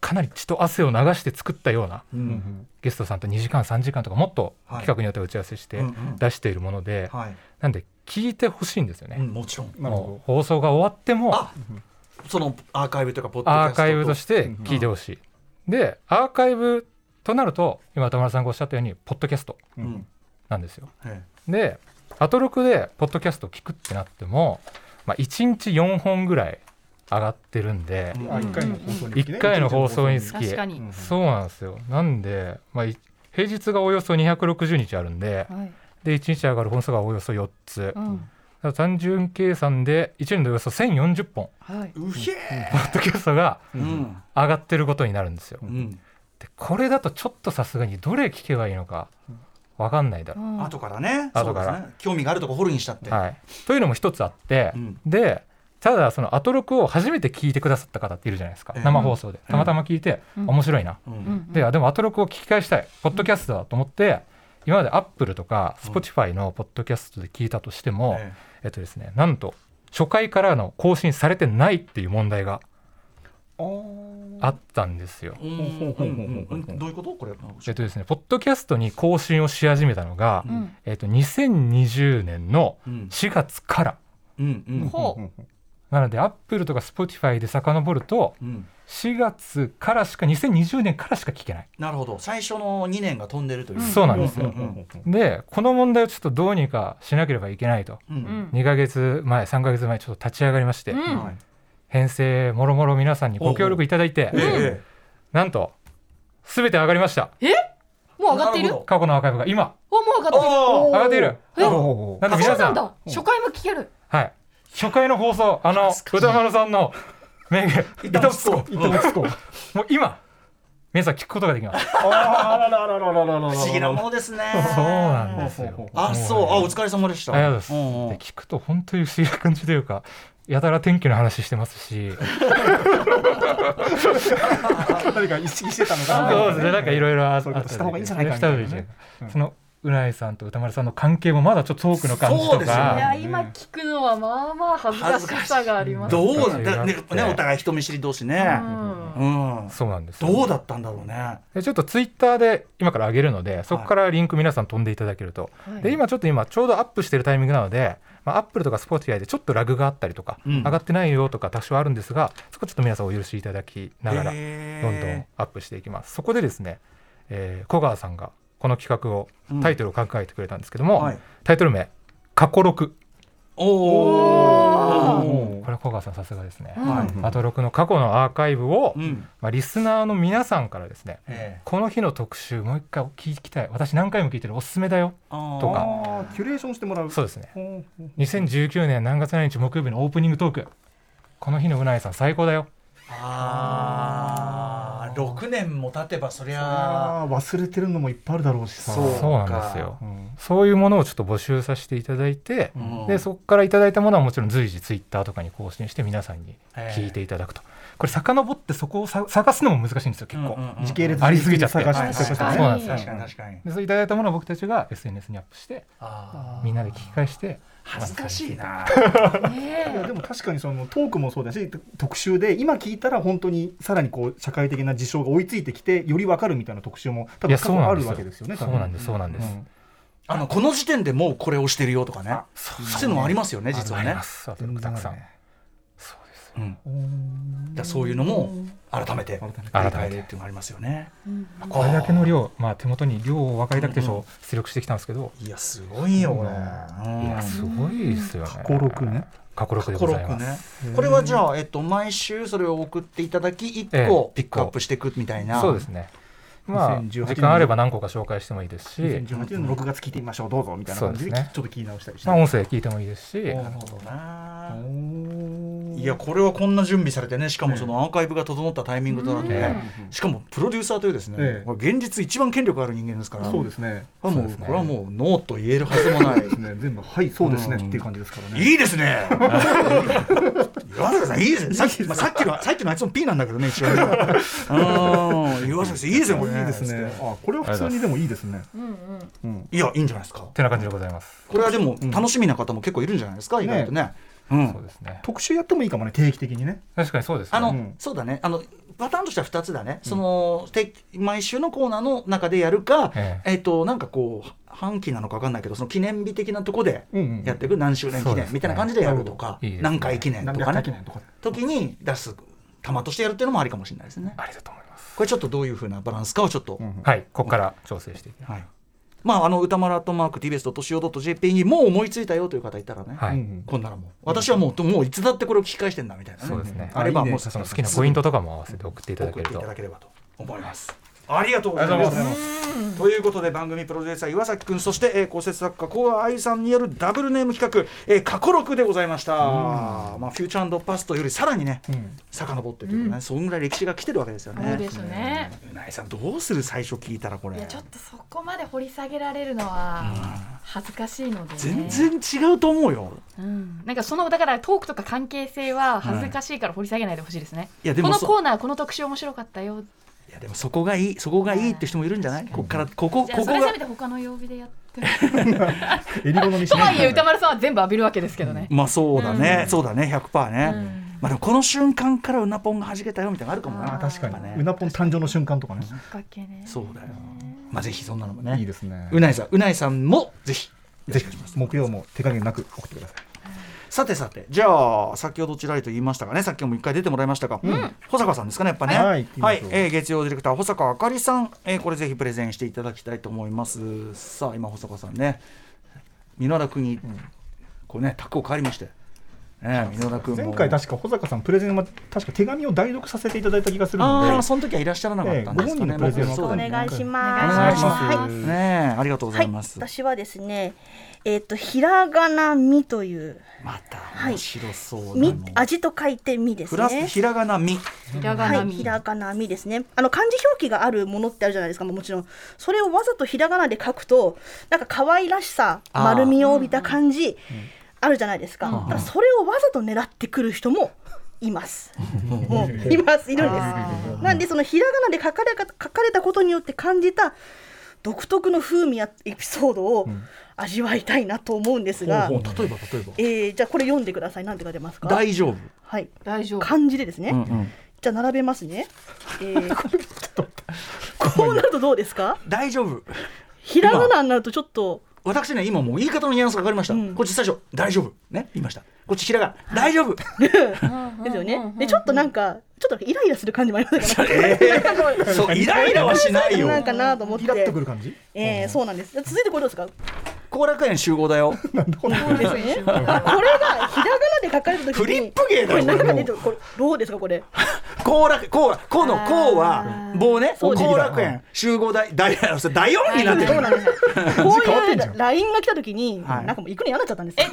I: かなり血と汗を流して作ったような
B: うんうん
I: ゲストさんと2時間3時間とかもっと
B: はい
I: 企画によっては打ち合わせして
B: うんうん
I: 出しているもので、
B: はい
I: なんで聞いてほしいんですよ
B: う
I: ね。
B: んもちろん
D: なるほ
I: もう放送が終わっても
B: あそのアーカイブというかポッドキャ
I: ア
B: スト
I: ーカイブとしてて聞いてほしい。でアーカイブとなると今田村さんがおっしゃったようにポッドキャスト
D: ど、うん
I: なんですよ。
B: ええ
I: でアトロクでポッドキャスト聞くってなっても、まあ、1日4本ぐらい上がってるんで、
D: あ一回の放送に
I: 1回の放送につき
E: 確かに、
D: うん
I: そうなんですよなんで、まあ、い平日がおよそ260日あるんで
E: はい
I: で1日上がる本数がおよそ4つ
E: う、ん
I: だから単純計算で1年でおよそ1040本
E: はいう
B: ひえ
I: ポッドキャストが
B: うん
I: 上がってることになるんですよ、
B: うん
I: でこれだとちょっとさすがにどれ聞けばいいのか分かんないだろう
E: うん
B: 後からね
I: 後から
B: そうですね興味があるとこ掘るにしたって
I: はい、というのも一つあって、
B: うん
I: でただそのアトロクを初めて聞いてくださった方っているじゃないですか、
B: ええ
I: 生放送でたまたま聞いて、
E: うん
I: 面白いな、
B: う
E: うんん
I: であでもアトロクを聞き返したいポッドキャストだと思って、今までアップルとか
B: うん
I: Spotify のポッドキャストで聞いたとしても、
B: ええ
I: えっとですねなんと初回からの更新されてないっていう問題があったんですよ。
B: うんうんうんうんどういうことこれ
I: えっとですねポッドキャストに更新をし始めたのが、
E: うん
I: えっと、2020年の
B: うん
I: 4月から。
B: うんうん
E: ほ
D: うん
I: なのでアップルとか Spotify で遡ると
B: うん
I: 4月からしか2020年からしか聞けない、
B: なるほど最初の2年が飛んでるという
I: そうなんです
B: う
I: よ、
B: ん
I: でこの問題をちょっとどうにかしなければいけないと
B: う
E: うんん
I: 2ヶ月前3ヶ月前ちょっと立ち上がりまして、
E: うん
B: うんはい
I: 編成もろもろ皆さんにご協力いただいて
B: ええ
I: なんと全て上がりました
E: もう上がっている
B: な
E: お
B: ほど
E: も
I: 過去のアーカイブが今
E: う上がってる
B: お
I: 上がっている
E: え
D: ほ
I: なんで
E: あそ
I: 皆
E: う
I: さ
E: なんんだ初回も聞ける
I: はい初回の放送あの歌丸さんの名言「
B: 板
I: 板
B: も
I: も
B: つ
I: つ
B: こ
I: こ
D: う。落ちこう。
I: う」もう今皆さん聞くことができます
D: あららららららら
B: 不思議なものですね
I: そうなんですよ
B: あそうあお疲れ様でした
I: ありがとうござい
B: んん
I: ます。で聞くと本当に不思議な感じというか。やたら天気の話してますし、
D: 誰か意識してたのか
I: そうですね、なんかいろいろあっ
D: そういう
I: あ
D: こと
I: った
D: した方がいいんじゃないかみたいなね
I: りでそのうなえさんと歌丸さんの関係もまだちょっとトークの感じ
B: そう
I: と
B: ですよ
E: い
B: ね
I: か、
E: や今聞くのはまあまあ恥ずかしさがあります
B: どうなん
I: 懐
B: だ
I: かし
B: ね
I: いなって
B: ねお互い人見知り同士ね
E: うん
B: うん
I: そうなんですよ。
B: どうだったんだろうね
I: でちょっとツイッターで今から上げるので、そこからリンク皆さん飛んでいただけると。
E: はい
I: で今ちょっと今ちょうどアップしてるタイミングなので、まあアップルとかスポーティアでちょっとラグがあったりとか、
B: うん
I: 上がってないよとか多少あるんですが、そこちょっと皆さんお許しいただきながら。
B: へー
I: どんどんアップしていきます。そこでですね、えー、小川さんがこの企画をタイトルを考えてくれたんですけども、
B: はい
I: タイトル名過去六
B: おお
I: これは小川さんさすがですね。
B: はい
I: あと6の過去のアーカイブを、
B: うん
I: まあ、リスナーの皆さんからですね、
B: ええ
I: この日の特集もう一回聞きたい私何回も聞いてるおすすめだよ
B: あー
I: とか
D: あーキュレーションしてもらう。
I: そうですね
D: ほうほう
I: 2019年何月何日木曜日のオープニングトークこの日のうなえさん最高だよ
B: あー6年も経てばそりゃ
D: あー忘れてるのもいっぱいあるだろうしさ。
B: そう
I: そうなんですよ
D: うん
I: そういうものをちょっと募集させていただいて、
B: うん
I: でそこからいただいたものはもちろん随時ツイッターとかに更新して皆さんに
B: ええ
I: 聞いていただくと、これ遡ってそこをさ探すのも難しいんですよ結構、
B: うんうんうん
D: 時系列
I: ありすぎちゃって
D: 探
B: はい
D: して
B: 確
D: と
B: か
D: か
B: に
I: そうなんですよ
B: 確かに確かに
I: でそれいただいたものを僕たちが SNS にアップして
B: あー
I: みんなで聞き返して
B: 恥ずかしいな
E: ね
D: いやでも確かにそのトークもそうだし特集で今聞いたら本当にさらにこう社会的な事象が追いついてきてより分かるみたいな特集も多分
I: いや
D: 過
I: そう
D: 去
I: な
D: あ
I: んで
D: る
I: す
D: わ
I: よ
D: けですよね多
I: そ
D: 分
I: うなんですそうなんです、
B: あのこの時点でもうこれをしてるよとかねそういうのもありますよね実は
I: あり
B: ね
I: ますあとたくさん、そう
B: う
I: です
B: んだからそういうのも改めて
D: 改
B: 振り
D: めて
B: 返るっていうのがありますよね。
I: これだけの量、まあ、手元に量を分かりたくてちょっと出力してきたんですけど、
B: いやすごいよこれ。
I: いやすごいですよね
D: 過去録ね
I: 過去録で
B: コ
I: ご
B: ロ
I: ざい
B: ッ
I: ま
B: ク
I: す、
B: ね。これはじゃあえっと毎週それを送っていただき一
I: え
B: 個
I: え
B: ピックアップしていくみたいな。
I: そうですねまあ
D: 2018
I: 時間あれば何個か紹介してもいいですし、
D: 2018年の6月聞いてみましょうどうぞみたいな感じで
I: そうですね
D: ちょっと聞き直したりして、
I: まあ、音声聞いてもいいです
B: な
I: し、
B: るほどな。
D: おー
B: いやこれはこんな準備されてねしかもそのアーカイブが整ったタイミングとなって、ねしかもプロデューサーというですね、
D: ええ
B: これ現実一番権力ある人間ですから
D: そうですね
B: これはもう
I: そうですね
B: これはもうノーと言えるはずもない
D: ですね全部はいそうですねっていう感じですからね
B: いいですね岩崎さんいいですねさっき,、まあ、さっきのさっきのあいつも P なんだけどね一応ねうん岩崎さんいいですねこれね
D: いいですねあこれは普通にでもいいですね
B: いやいいんじゃないですか
I: てな感じでございます、
B: これはでも楽しみな方も結構いるんじゃないですか、意外とねうん
I: そうですね
D: 特集やってもいいかもね定期的にね
I: 確かにそうですね
B: あの、
D: ん
B: そうだねあのパターンとしては2つだね、その定期毎週のコーナーの中でやるか、え
I: え
B: っとなんかこう半期なのか分かんないけどその記念日的なとこで
D: うんうん
B: やっていく何周年記
I: そうで
B: 念
I: すね
B: みたいな感じでやるとか、
I: いいですね
B: 何回記念と
D: 何
B: か
D: 百
B: ね
D: 回記念とかで
B: 時に出す玉としてやるっていうのもありかもしれないですね
I: ありだと思います
B: これちょっとどういうふうなバランスかをちょっと、
I: はいここから調整していきます、
B: はいまああの歌丸アットマーク TBS.CO.JP にもう思いついたよという方いたらね、
I: はい
D: うん
B: こんならもう私はもうもういつだってこれを聞き返してんだみたいな、ね、
I: そうですね
B: あれば
D: あいいね
B: もう
I: その好きなポイントとかも合わせて送っていただ
B: 送
I: け
B: っ
I: る
B: てい
I: と
B: ただければと思います。ありがとうございます。ということで番組プロデューサー岩崎君そして、えー、構成作家コア愛さんによるダブルネーム企画、えー、過去録でございました、まあ、フューチャーパストよりさらにね、遡ってというかね、そんぐらい歴史が来てるわけですよ
E: そう
B: ね
E: ですね。
B: うなぎさんどうする最初聞いたらこれ
E: いやちょっとそこまで掘り下げられるのは恥ずかしいので、ね、
B: 全然違うと思うよ
E: うんなんかそのだからトークとか関係性は恥ずかしいから掘り下げないでほしいですね、
B: いやでも
E: この
B: そ
E: コーナーこの特集面白かったよ
B: いやでもそこがいいそこがいいって人もいるんじゃないここからこここ
E: じゃあ
B: こ
E: それせ
B: が
E: めて他の曜日でやっても
D: えり好みし
E: と
D: な
E: はいいえ歌丸さんは全部浴びるわけですけどね、
B: まあそうだね、そうだね100%ね、まあでもこの瞬間からうなぽんが弾けたよみたいなのあるかもな
D: あ確か
B: やっぱ
D: に
B: ね
D: うなぽん誕生の瞬間とかね
E: きっかけね
B: そうだよ。まあぜひそんなのもね。
D: いいですね
B: うないさん、うないさんもぜひ。
D: ぜひ木曜も手加減なく送ってください
B: さてさて、じゃあ先ほどちらりと言いましたがね、さっきも一回出てもらいましたが、保坂さんですかねやっぱね。
D: はい行きましょう
B: えー月曜ディレクター保坂あかりさん、えーこれぜひプレゼンしていただきたいと思います。さあ今保坂さんね、箕輪田君に、こうねタッグを変わりまして、えー、箕輪田君も
D: 前回確か保坂さんプレゼンは確か手紙を代読させていただいた気がするので
B: ああその時はいらっしゃらなかったんですかね。
D: えーご本人のプレゼンは
B: そうだね。
J: 願いし
B: お
J: ます。
B: 願いし
J: はい
B: ます。ねえありがとうございます。
J: 私はですね、えっ、とひらがなみという
B: また
J: い
B: 面白そうな
J: み
B: の。
J: 味と書いてみです
B: プラス
J: ね。
B: ひらがなみ。
E: ひらが
J: は、
E: ないみ、
J: ひらがなみですね。あの漢字表記があるものってあるじゃないですか、もちろん。それをわざとひらがなで書くと、なんか可愛らしさ、
B: あー
J: 丸みを帯びた感じ、あるじゃないですか。だからそれをわざと狙ってくる人も います。もういます、いるんです。なんでそのひらがなで書かれか書かれたことによって感じた独特の風味やエピソードを味わいたいなと思うんですが、
B: ほうほう例えば例えば。
J: えーじゃあこれ読んでください。なんて書いてますか。
B: 大丈夫。
J: はい、
E: 大丈夫
J: 漢字でですね。
B: うんうん
J: じゃあ並べますね。え ーこうなるとどうですか？
B: 大丈夫。
J: ひらがなになるとちょっと
B: 私ね今もう言い方のニュアンスが分かりました。
J: うん
B: こっち最初大丈夫ね言いました。こっちひらがな大丈夫。
J: ですよね。でちょっとなんかちょっとイライラする感じもありますよね。
B: えー そうイライラはしないよ。
J: なんかなと思って。
D: イラっとくる感じ
J: ええそうなんです。続いてこれどうですか？
B: 後楽園集合だよ。
J: ですね。これがひらがなで書かれた時に。
B: フリップ芸だよ
J: こ
B: こ
J: れ
B: れ
J: な
B: も
J: んかねこれどうですかこれ？
B: 後楽後楽後の後は棒ね。
J: そうです
B: 後楽園集合大大それ大音になって
J: そう
B: る
J: な。んですよ。こう
D: 変わって
J: い
D: んじゃん
J: うラインが来た時に、
B: はい
J: なんかもう行くの嫌になっちゃったんです
E: え
J: よ。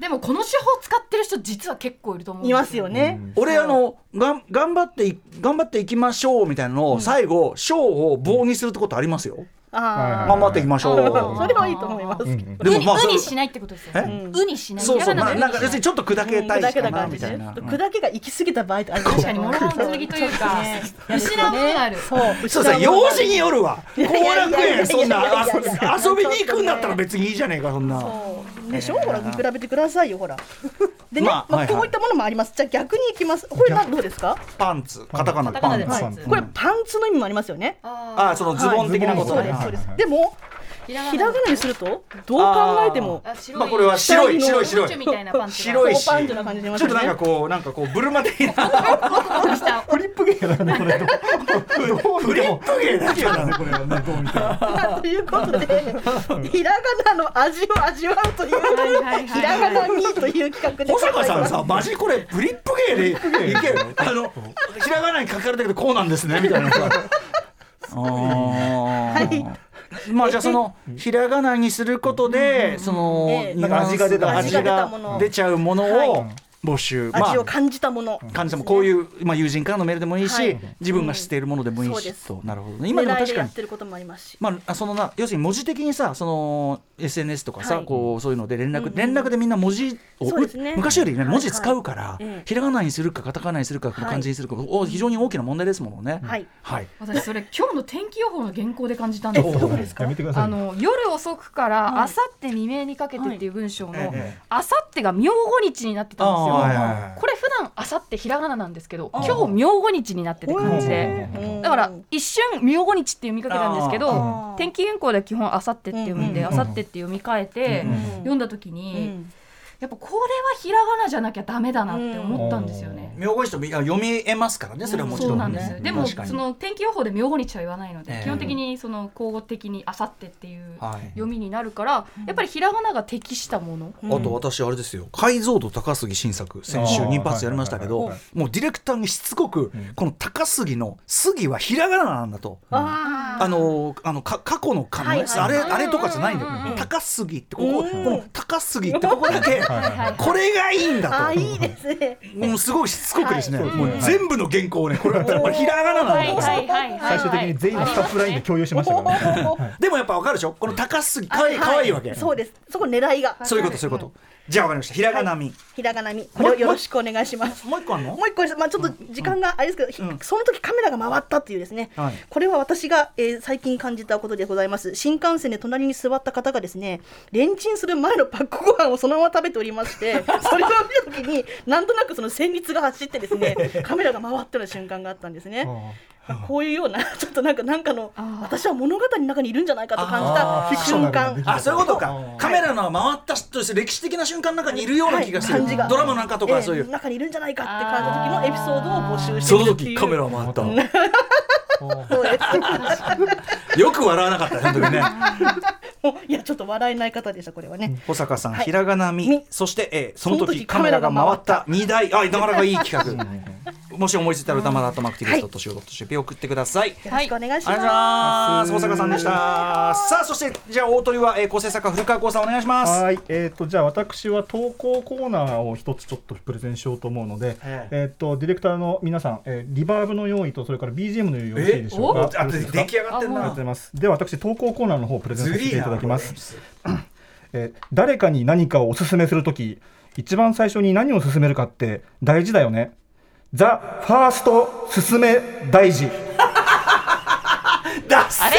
E: でもこの手法使ってる人実は結構いると思うん
J: いますよね。
B: 俺あのがん頑張ってい頑張っていきましょうみたいなのを最後章を棒にするってことありますよ。
J: あ
B: 頑張っていきましょう。
J: あ、それはいいと思います。
E: う
B: でも
E: に,、
B: まあ
E: う
B: それ
E: にしないってことですよねうにしない
B: そうそう、
E: ひら
B: ま
E: が
B: あ、
E: な
B: なん
E: で
B: か別
E: うにしな
B: に
E: い
B: ちょっと砕けたい
J: 砕
B: し
J: け
B: か
J: た
B: な
J: 感
B: み
J: じ
B: た
J: で
B: い
J: ね
B: な。
J: 砕けが行き過ぎた場合ってある
E: 確かに物の剣というか失うものがある
J: そう
B: そうさ、用事によるわ。後
J: いやいやい
B: 楽園、
J: や
B: そん
J: いや
B: ない
J: やいや
B: 遊び遊びに行くんだったら別にいいじゃねえか、そんな。
J: そうでしょ、ほら見比べてくださいよほ らでね、
B: ま
J: ま
B: あ
J: あ
B: はいはい
J: こういったものもありますじゃあ逆にいきますこれなんどうですか
B: パンツ、カタカナで
E: カタカ
B: パ
E: ナ
B: ン
E: で
B: ツ。
E: パン
D: う
E: ツ
D: ん
J: これパンツの意味もありますよね
E: あ
B: あ、そのズボン的なこと
J: そう
B: ね
J: ですそうです、
D: はい
J: でもひらがなにするとどう考えても
B: あーまあこれは白い白い白い
J: 下着の
B: 白いし
J: パンチョな感じ
B: ち
J: で
B: ょ
J: ま
B: っ
J: す
B: と
J: よね
B: なんかこうなんかこうブルマ的な
D: フリップ芸だからねこれどうどう見ても
B: フリップ芸だけだねこれはねどう見ても
J: ということで、ひらがなの味を味わうという、ひらがなにという企画で
B: 小
J: ございま
B: 坂
J: す。
B: さん さマジこれフリップ芸でいけるあのひらがなに書かれてるけどこうなんですねみたいなさ あーまあじゃあそのひらがなにすることでその
J: ええ
B: ニュアンスが
J: 味が出た
B: 味が
J: もの
B: 出ちゃうものを募集まあ
J: 味を感じたもの。
B: 感じてもこういうまあ友人からのメールでもいい
J: は
B: し
J: い
B: 自分が知っているものでもいい
J: そう
B: し
J: です
B: となるほどね今でも
J: 狙い
B: 確
J: で
B: か
J: や
B: に
J: ってることもありますし。
B: まあ、あそのな要するに文字的にさその SNS とかさ、
J: はい
B: こうそういうので連絡、
J: うんうん
B: 連絡でみんな文字を
J: そうですね
B: 昔よりね
J: はい
B: 文字使うから、
J: ええ
B: ひらがなにするかカタカナにするか
J: はい
B: 漢字にするか、お非常に大きな問題ですものね。
J: はい。
B: はい
E: 私それ今日の天気予報の原稿で感じたんですけど
D: やめてくださ
E: あ
D: いね
E: の夜遅くから
J: はい
E: あさって未明にかけてっていう文章
B: はい
E: の
B: ええ
E: あさってが明後日になってたんで
B: ああ
E: す
B: はいはいは
E: よ
B: い
E: これ普段あさってひらがななんですけど今日明後日になってて感じでだから一瞬明後日って読みかけたんですけ
B: あ
E: ど
J: あー
E: 天気原稿では基本あさってって読むん
J: う
E: で
J: ん
E: あさってって読み替えて
B: うん
E: 読んだ時に
J: ん
E: やっぱこれはひらがなじゃなきゃダメだなって思ったんですよね
B: 明後日ともいや読みえますからねそれはもち
E: そ
B: ろ、
E: うん
B: ね
E: なんですよ。でも
B: 確かに
E: その天気予報で明後日は言わないので、
B: ええ
E: 基本的にその交互的にあさってっていう
B: はい
E: 読みになるから、やっぱりひらがなが適したもの。
B: あと私あれですよ解像度高杉新作先週
I: あー
B: 2発やりましたけど、
I: はいはい
B: もうディレクターにしつこく、この高杉の「杉」はひらがななんだと。
J: あ
B: あのあのか過去の過のね、
J: はいはい
B: あれあれとかじゃないんだよ、高杉ってここ、
J: うん
B: この高杉ってここだけ、
E: はい
B: これがいいん
J: ーあ
B: だ
J: ー、いいです ね。
B: と、もうすごいしつこくですね、
D: はい
B: もう全部の原稿をね、これはやっぱりひらがななんだよ、
E: はいはいは
D: 最終的に全員のスタッフラインで共有しました からね
B: でもやっぱわかるでしょ、この高杉、かわいい,、
J: は
B: かわいいわけ、
J: そうです。そこ狙いが。
B: そういうこと、そういうこと、じゃあわかりました、ひらがなみ、
J: ひらがなみ、これをよろしくお願いします。
B: もう一個あるの
J: もう一個です、まあ、ちょっと時間があれですけど、ひ
B: うん
J: その時カメラが回ったっていうですね、
B: はい
J: これは私が、えー最近感じたことでございます新幹線で隣に座った方がですねレンチンする前のパックご飯をそのまま食べておりましてそれを見た時になんとなくその旋律が走ってですねカメラが回ってる瞬間があったんですね。まあこういうようなちょっとなんかなんかの私は物語の中にいるんじゃないかと
B: あ
J: 感
B: ー
J: じた瞬間
B: あそういうことかカメラの回った人として歴史的な瞬間の中にいるような気がする、
J: はい感じが
B: ドラマなんかと
J: え
B: か
J: え
B: そういう、
J: 中にいるんじゃないかって感じた時のエピソードを募集して
B: その
J: いるってい
B: 時
J: う
B: カメラ回った
J: そうです
B: よく笑わなかったね本当にね
J: もういやちょっと笑えない方でしたこれはね、
B: 保坂さん、
J: はい
B: ひらがなみ、
J: み
B: そして、えーその
J: その
B: 時
J: 時
B: カメラが回った
J: カ
B: 2台あなかなかいい企画もし思いついたら歌丸アットマークティビストとしおとしぴ送ってください
J: よろしくお願いし
B: ありがとうござい
J: ま
B: ます保坂さんでしたさあそしてじゃあ大鳥は、えー、構成作家古川光さんお願いします
D: はい、えっ、とじゃあ私は投稿コーナーを一つちょっとプレゼンしようと思うので、
B: え
D: えっ、とディレクターの皆さん、えーリバーブの用意とそれから BGM の用意よろしいでしょうか。
B: あ
D: よろしいですか
B: 出来上がってん
D: ありがとうご
B: な
D: ざいます。では私投稿コーナーの方をプレゼン
B: ず
D: させ
B: り
D: て
B: ー
D: い
B: な
D: ただきます。えー誰かに何かをおすすめするとき一番最初に何を勧めるかって大事だよねザ・ファースト勧め大事
B: 出せ
E: あれ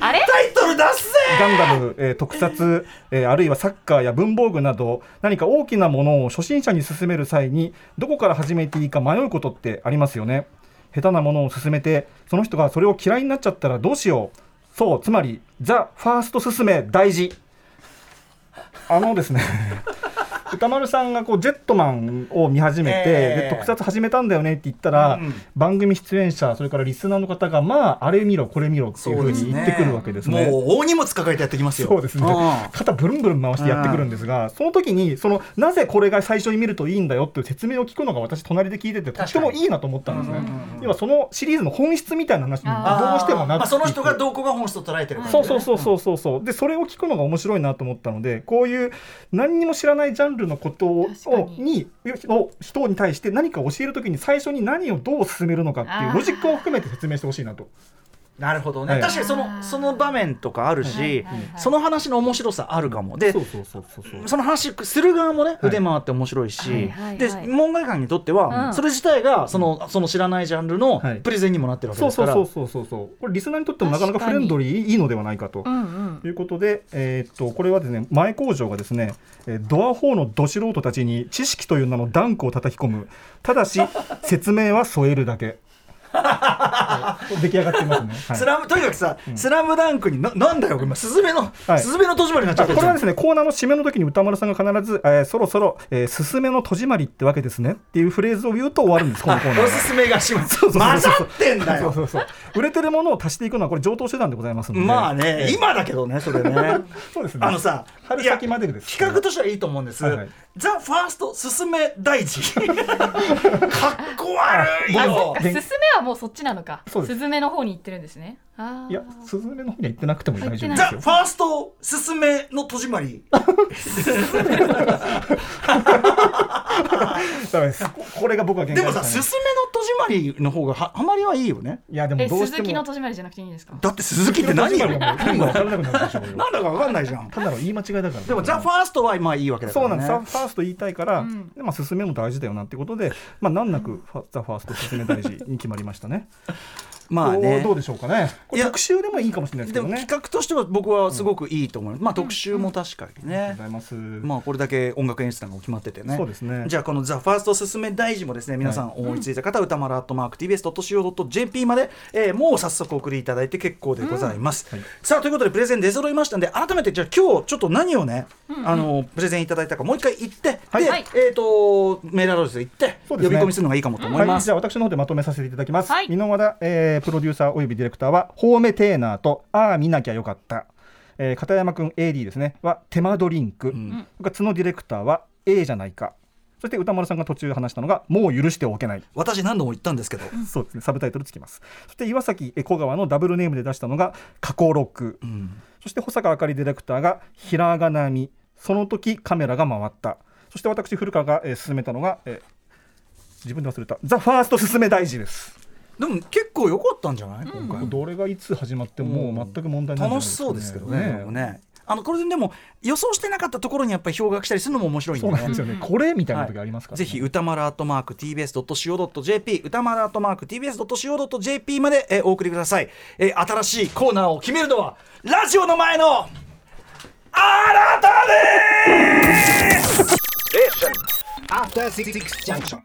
E: あれ
B: タイトル出せ
D: ガンダム、えー特撮、えーあるいはサッカーや文房具など何か大きなものを初心者に勧める際にどこから始めていいか迷うことってありますよね下手なものを勧めてその人がそれを嫌いになっちゃったらどうしようそうつまりザ・ファースト勧め大事あのですね 歌丸さんがこうジェットマンを見始めて、
B: ええ
D: で特撮始めたんだよねって言ったら、
B: うん
D: 番組出演者それからリスナーの方がまああれ見ろこれ見ろっていうふうに言ってくるわけですね。
B: もう大荷物抱えてやってきますよ
D: そうですね
B: あ
D: 肩ブルンブルン回してやってくるんですが、その時にそのなぜこれが最初に見るといいんだよっていう説明を聞くのが私隣で聞いててとってもいいなと思ったんですね、要はそのシリーズの本質みたいな話に
E: あ
B: ー
D: どうしてもなっていく
B: まあ、その人がどこが本質を捉えてるか
D: そうそうそうそうそうそうでそれを聞くのが面白いなと思ったのでこういう何にも知らないジャンルのことを
E: 確か
D: にを人に対して何か教えるときに最初に何をどう進めるのかっていうロジックを含めて説明してほしいなと
B: なるほどね、
D: はい
B: 確かにそのその場面とかあるし、その話の面白さあるかもで
D: そうそうそうそうそう
B: その話する側もね
D: い
B: 腕回って面白いし、
E: はいはいはい
B: で門外漢にとっては、
E: うん
B: それ自体がそのその知らないジャンルの
D: はい
B: プレゼンにもなってるわけ
D: そ
B: で
D: う
B: すか
D: そう
B: ら、
D: そうそうそうそうこれリスナーにとってもなかなかフレンドリーいいのではないかと
E: うんうん。
D: ということで、えーっとこれはですね前工場がですね、えードアホーのど素人 たちに知識という名のダンクを叩き込むただし説明は添えるだけ出来上がってますね。はい
B: スラムとにかくさ、スラムダンクにななんだよ今スズメの、
D: はい
B: スズメの戸締まりになっちゃ
D: あ
B: って
D: こ
B: る
D: れはですねコーナーの締めの時に歌丸さんが必ず、えーそろそろ、えーすすめの戸締まりってわけですねっていうフレーズを言うと終わるんですこのコーナー
B: おすすめがします
D: そうそうそうそう
B: 混ざってんだよ
D: そうそうそう売れてるものを足していくのはこれ上等手段でございますので
B: まあ
D: え
B: ね
D: え
B: 今だけどねそれね
D: そうですね
B: あのさ
D: 春先までです
B: 企画としてはいいと思うんです、
D: はいはい
B: ザ・ファーストすすめ大臣 かっこ悪い
E: あそ
B: よ
E: っかすすめはもうそっちなのか
D: そうです
E: すずめの方に行ってるんですねあー
D: いやすずめの方には行ってなくても大
E: 入
D: 丈夫
E: って
D: で
B: ザ・
D: す
B: フ
D: よ
B: ァーストすすめの戸締ま り
D: ダメですここれが僕は限
B: でも
D: 界し
B: さ
D: たね
B: すすめの戸締まりの方がははまりはいいよね
D: いやでも
E: え
D: どうして
E: 鈴
D: も
E: 木の戸締まりじゃなくていいんですか
B: だって鈴木って何よ
D: 戸締まりがもう意味が分からなくなるでしょうよ
B: なんだかわかんないじゃん
D: 単なる言い間違いだから
B: でもザ・ファーストはまあいいわけだか
D: そう
B: ら
D: なん
B: ね
D: です、ファースト言いたいから、
E: ん
D: でまあ、進めも大事だよなってことで、まあ、難なくファ、ザ・ファースト進め大事に決まりましたね。
B: まあ
D: おー
B: ね
D: どうでしょうかね。こ
B: い
D: れ
B: や
D: 特集でもいいかもしれないですけ
B: で
D: ど
B: も
D: ね
B: 企。画としては僕はすごくいいと思います、まあ特集も確かに
D: ありがとう
B: ね
D: ご、ざいます。
B: まあこれだけ音楽演出なんかも決まっててね。
D: そうですね
B: じゃあこのザファーストすすめ大臣もですね皆さん思いついた方、歌丸アットマーク TBS ドット CO ドット JP まで、えーもう早速お送りいただいて結構でございます。さあということでプレゼン出揃いましたんで改めてじゃあ今日ちょっと何をね、あのプレゼンいただいたかもう一回言って、で、
E: はい
B: えっ、とメールアドレス行って、
D: そ
B: 呼
D: う
B: び
D: ですね
B: 込みするのがいいかもと思い
D: は
B: ま
D: い、
B: す。
D: じゃあ私の方でまとめさせていただきます、
E: はい
D: 箕輪田、えープロデューサーおよびディレクターは「ホーメテーナー」と「ああ見なきゃよかった」えー片山君 AD ですねは「手間ドリンク」
B: ん
D: それから角ディレクターは「A じゃないか」そして歌丸さんが途中で話したのが「もう許しておけない」
B: 私何度も言ったんですけど、
D: そうですね、サブタイトルつきます。そして岩崎え小川のダブルネームで出したのが「加工ロック」
B: うん
D: そして保坂あかりディレクターが「ひらがなみ」その時カメラが回ったそして私古川が、えー進めたのが、えー自分で忘れた「ザ・ファースト進め大事」です。
B: でも結構良かったんじゃない、今回も。
D: どれがいつ始まってももう全く問題ないんじゃない
B: 楽しそうですけど
D: え
B: ね。でもねあのこれででも予想してなかったところにやっぱり氷河期したりするのも面白いん
D: そ
B: で
D: うなん
B: ね
D: ですよね、これみたいな時ありますから、ね
B: ぜひ歌丸アットマーク TBS.CO.JP 歌丸アットマーク TBS.CO.JP までえーお送りください、えー新しいコーナーを決めるのはラジオの前のあなたです
F: After Six Junction.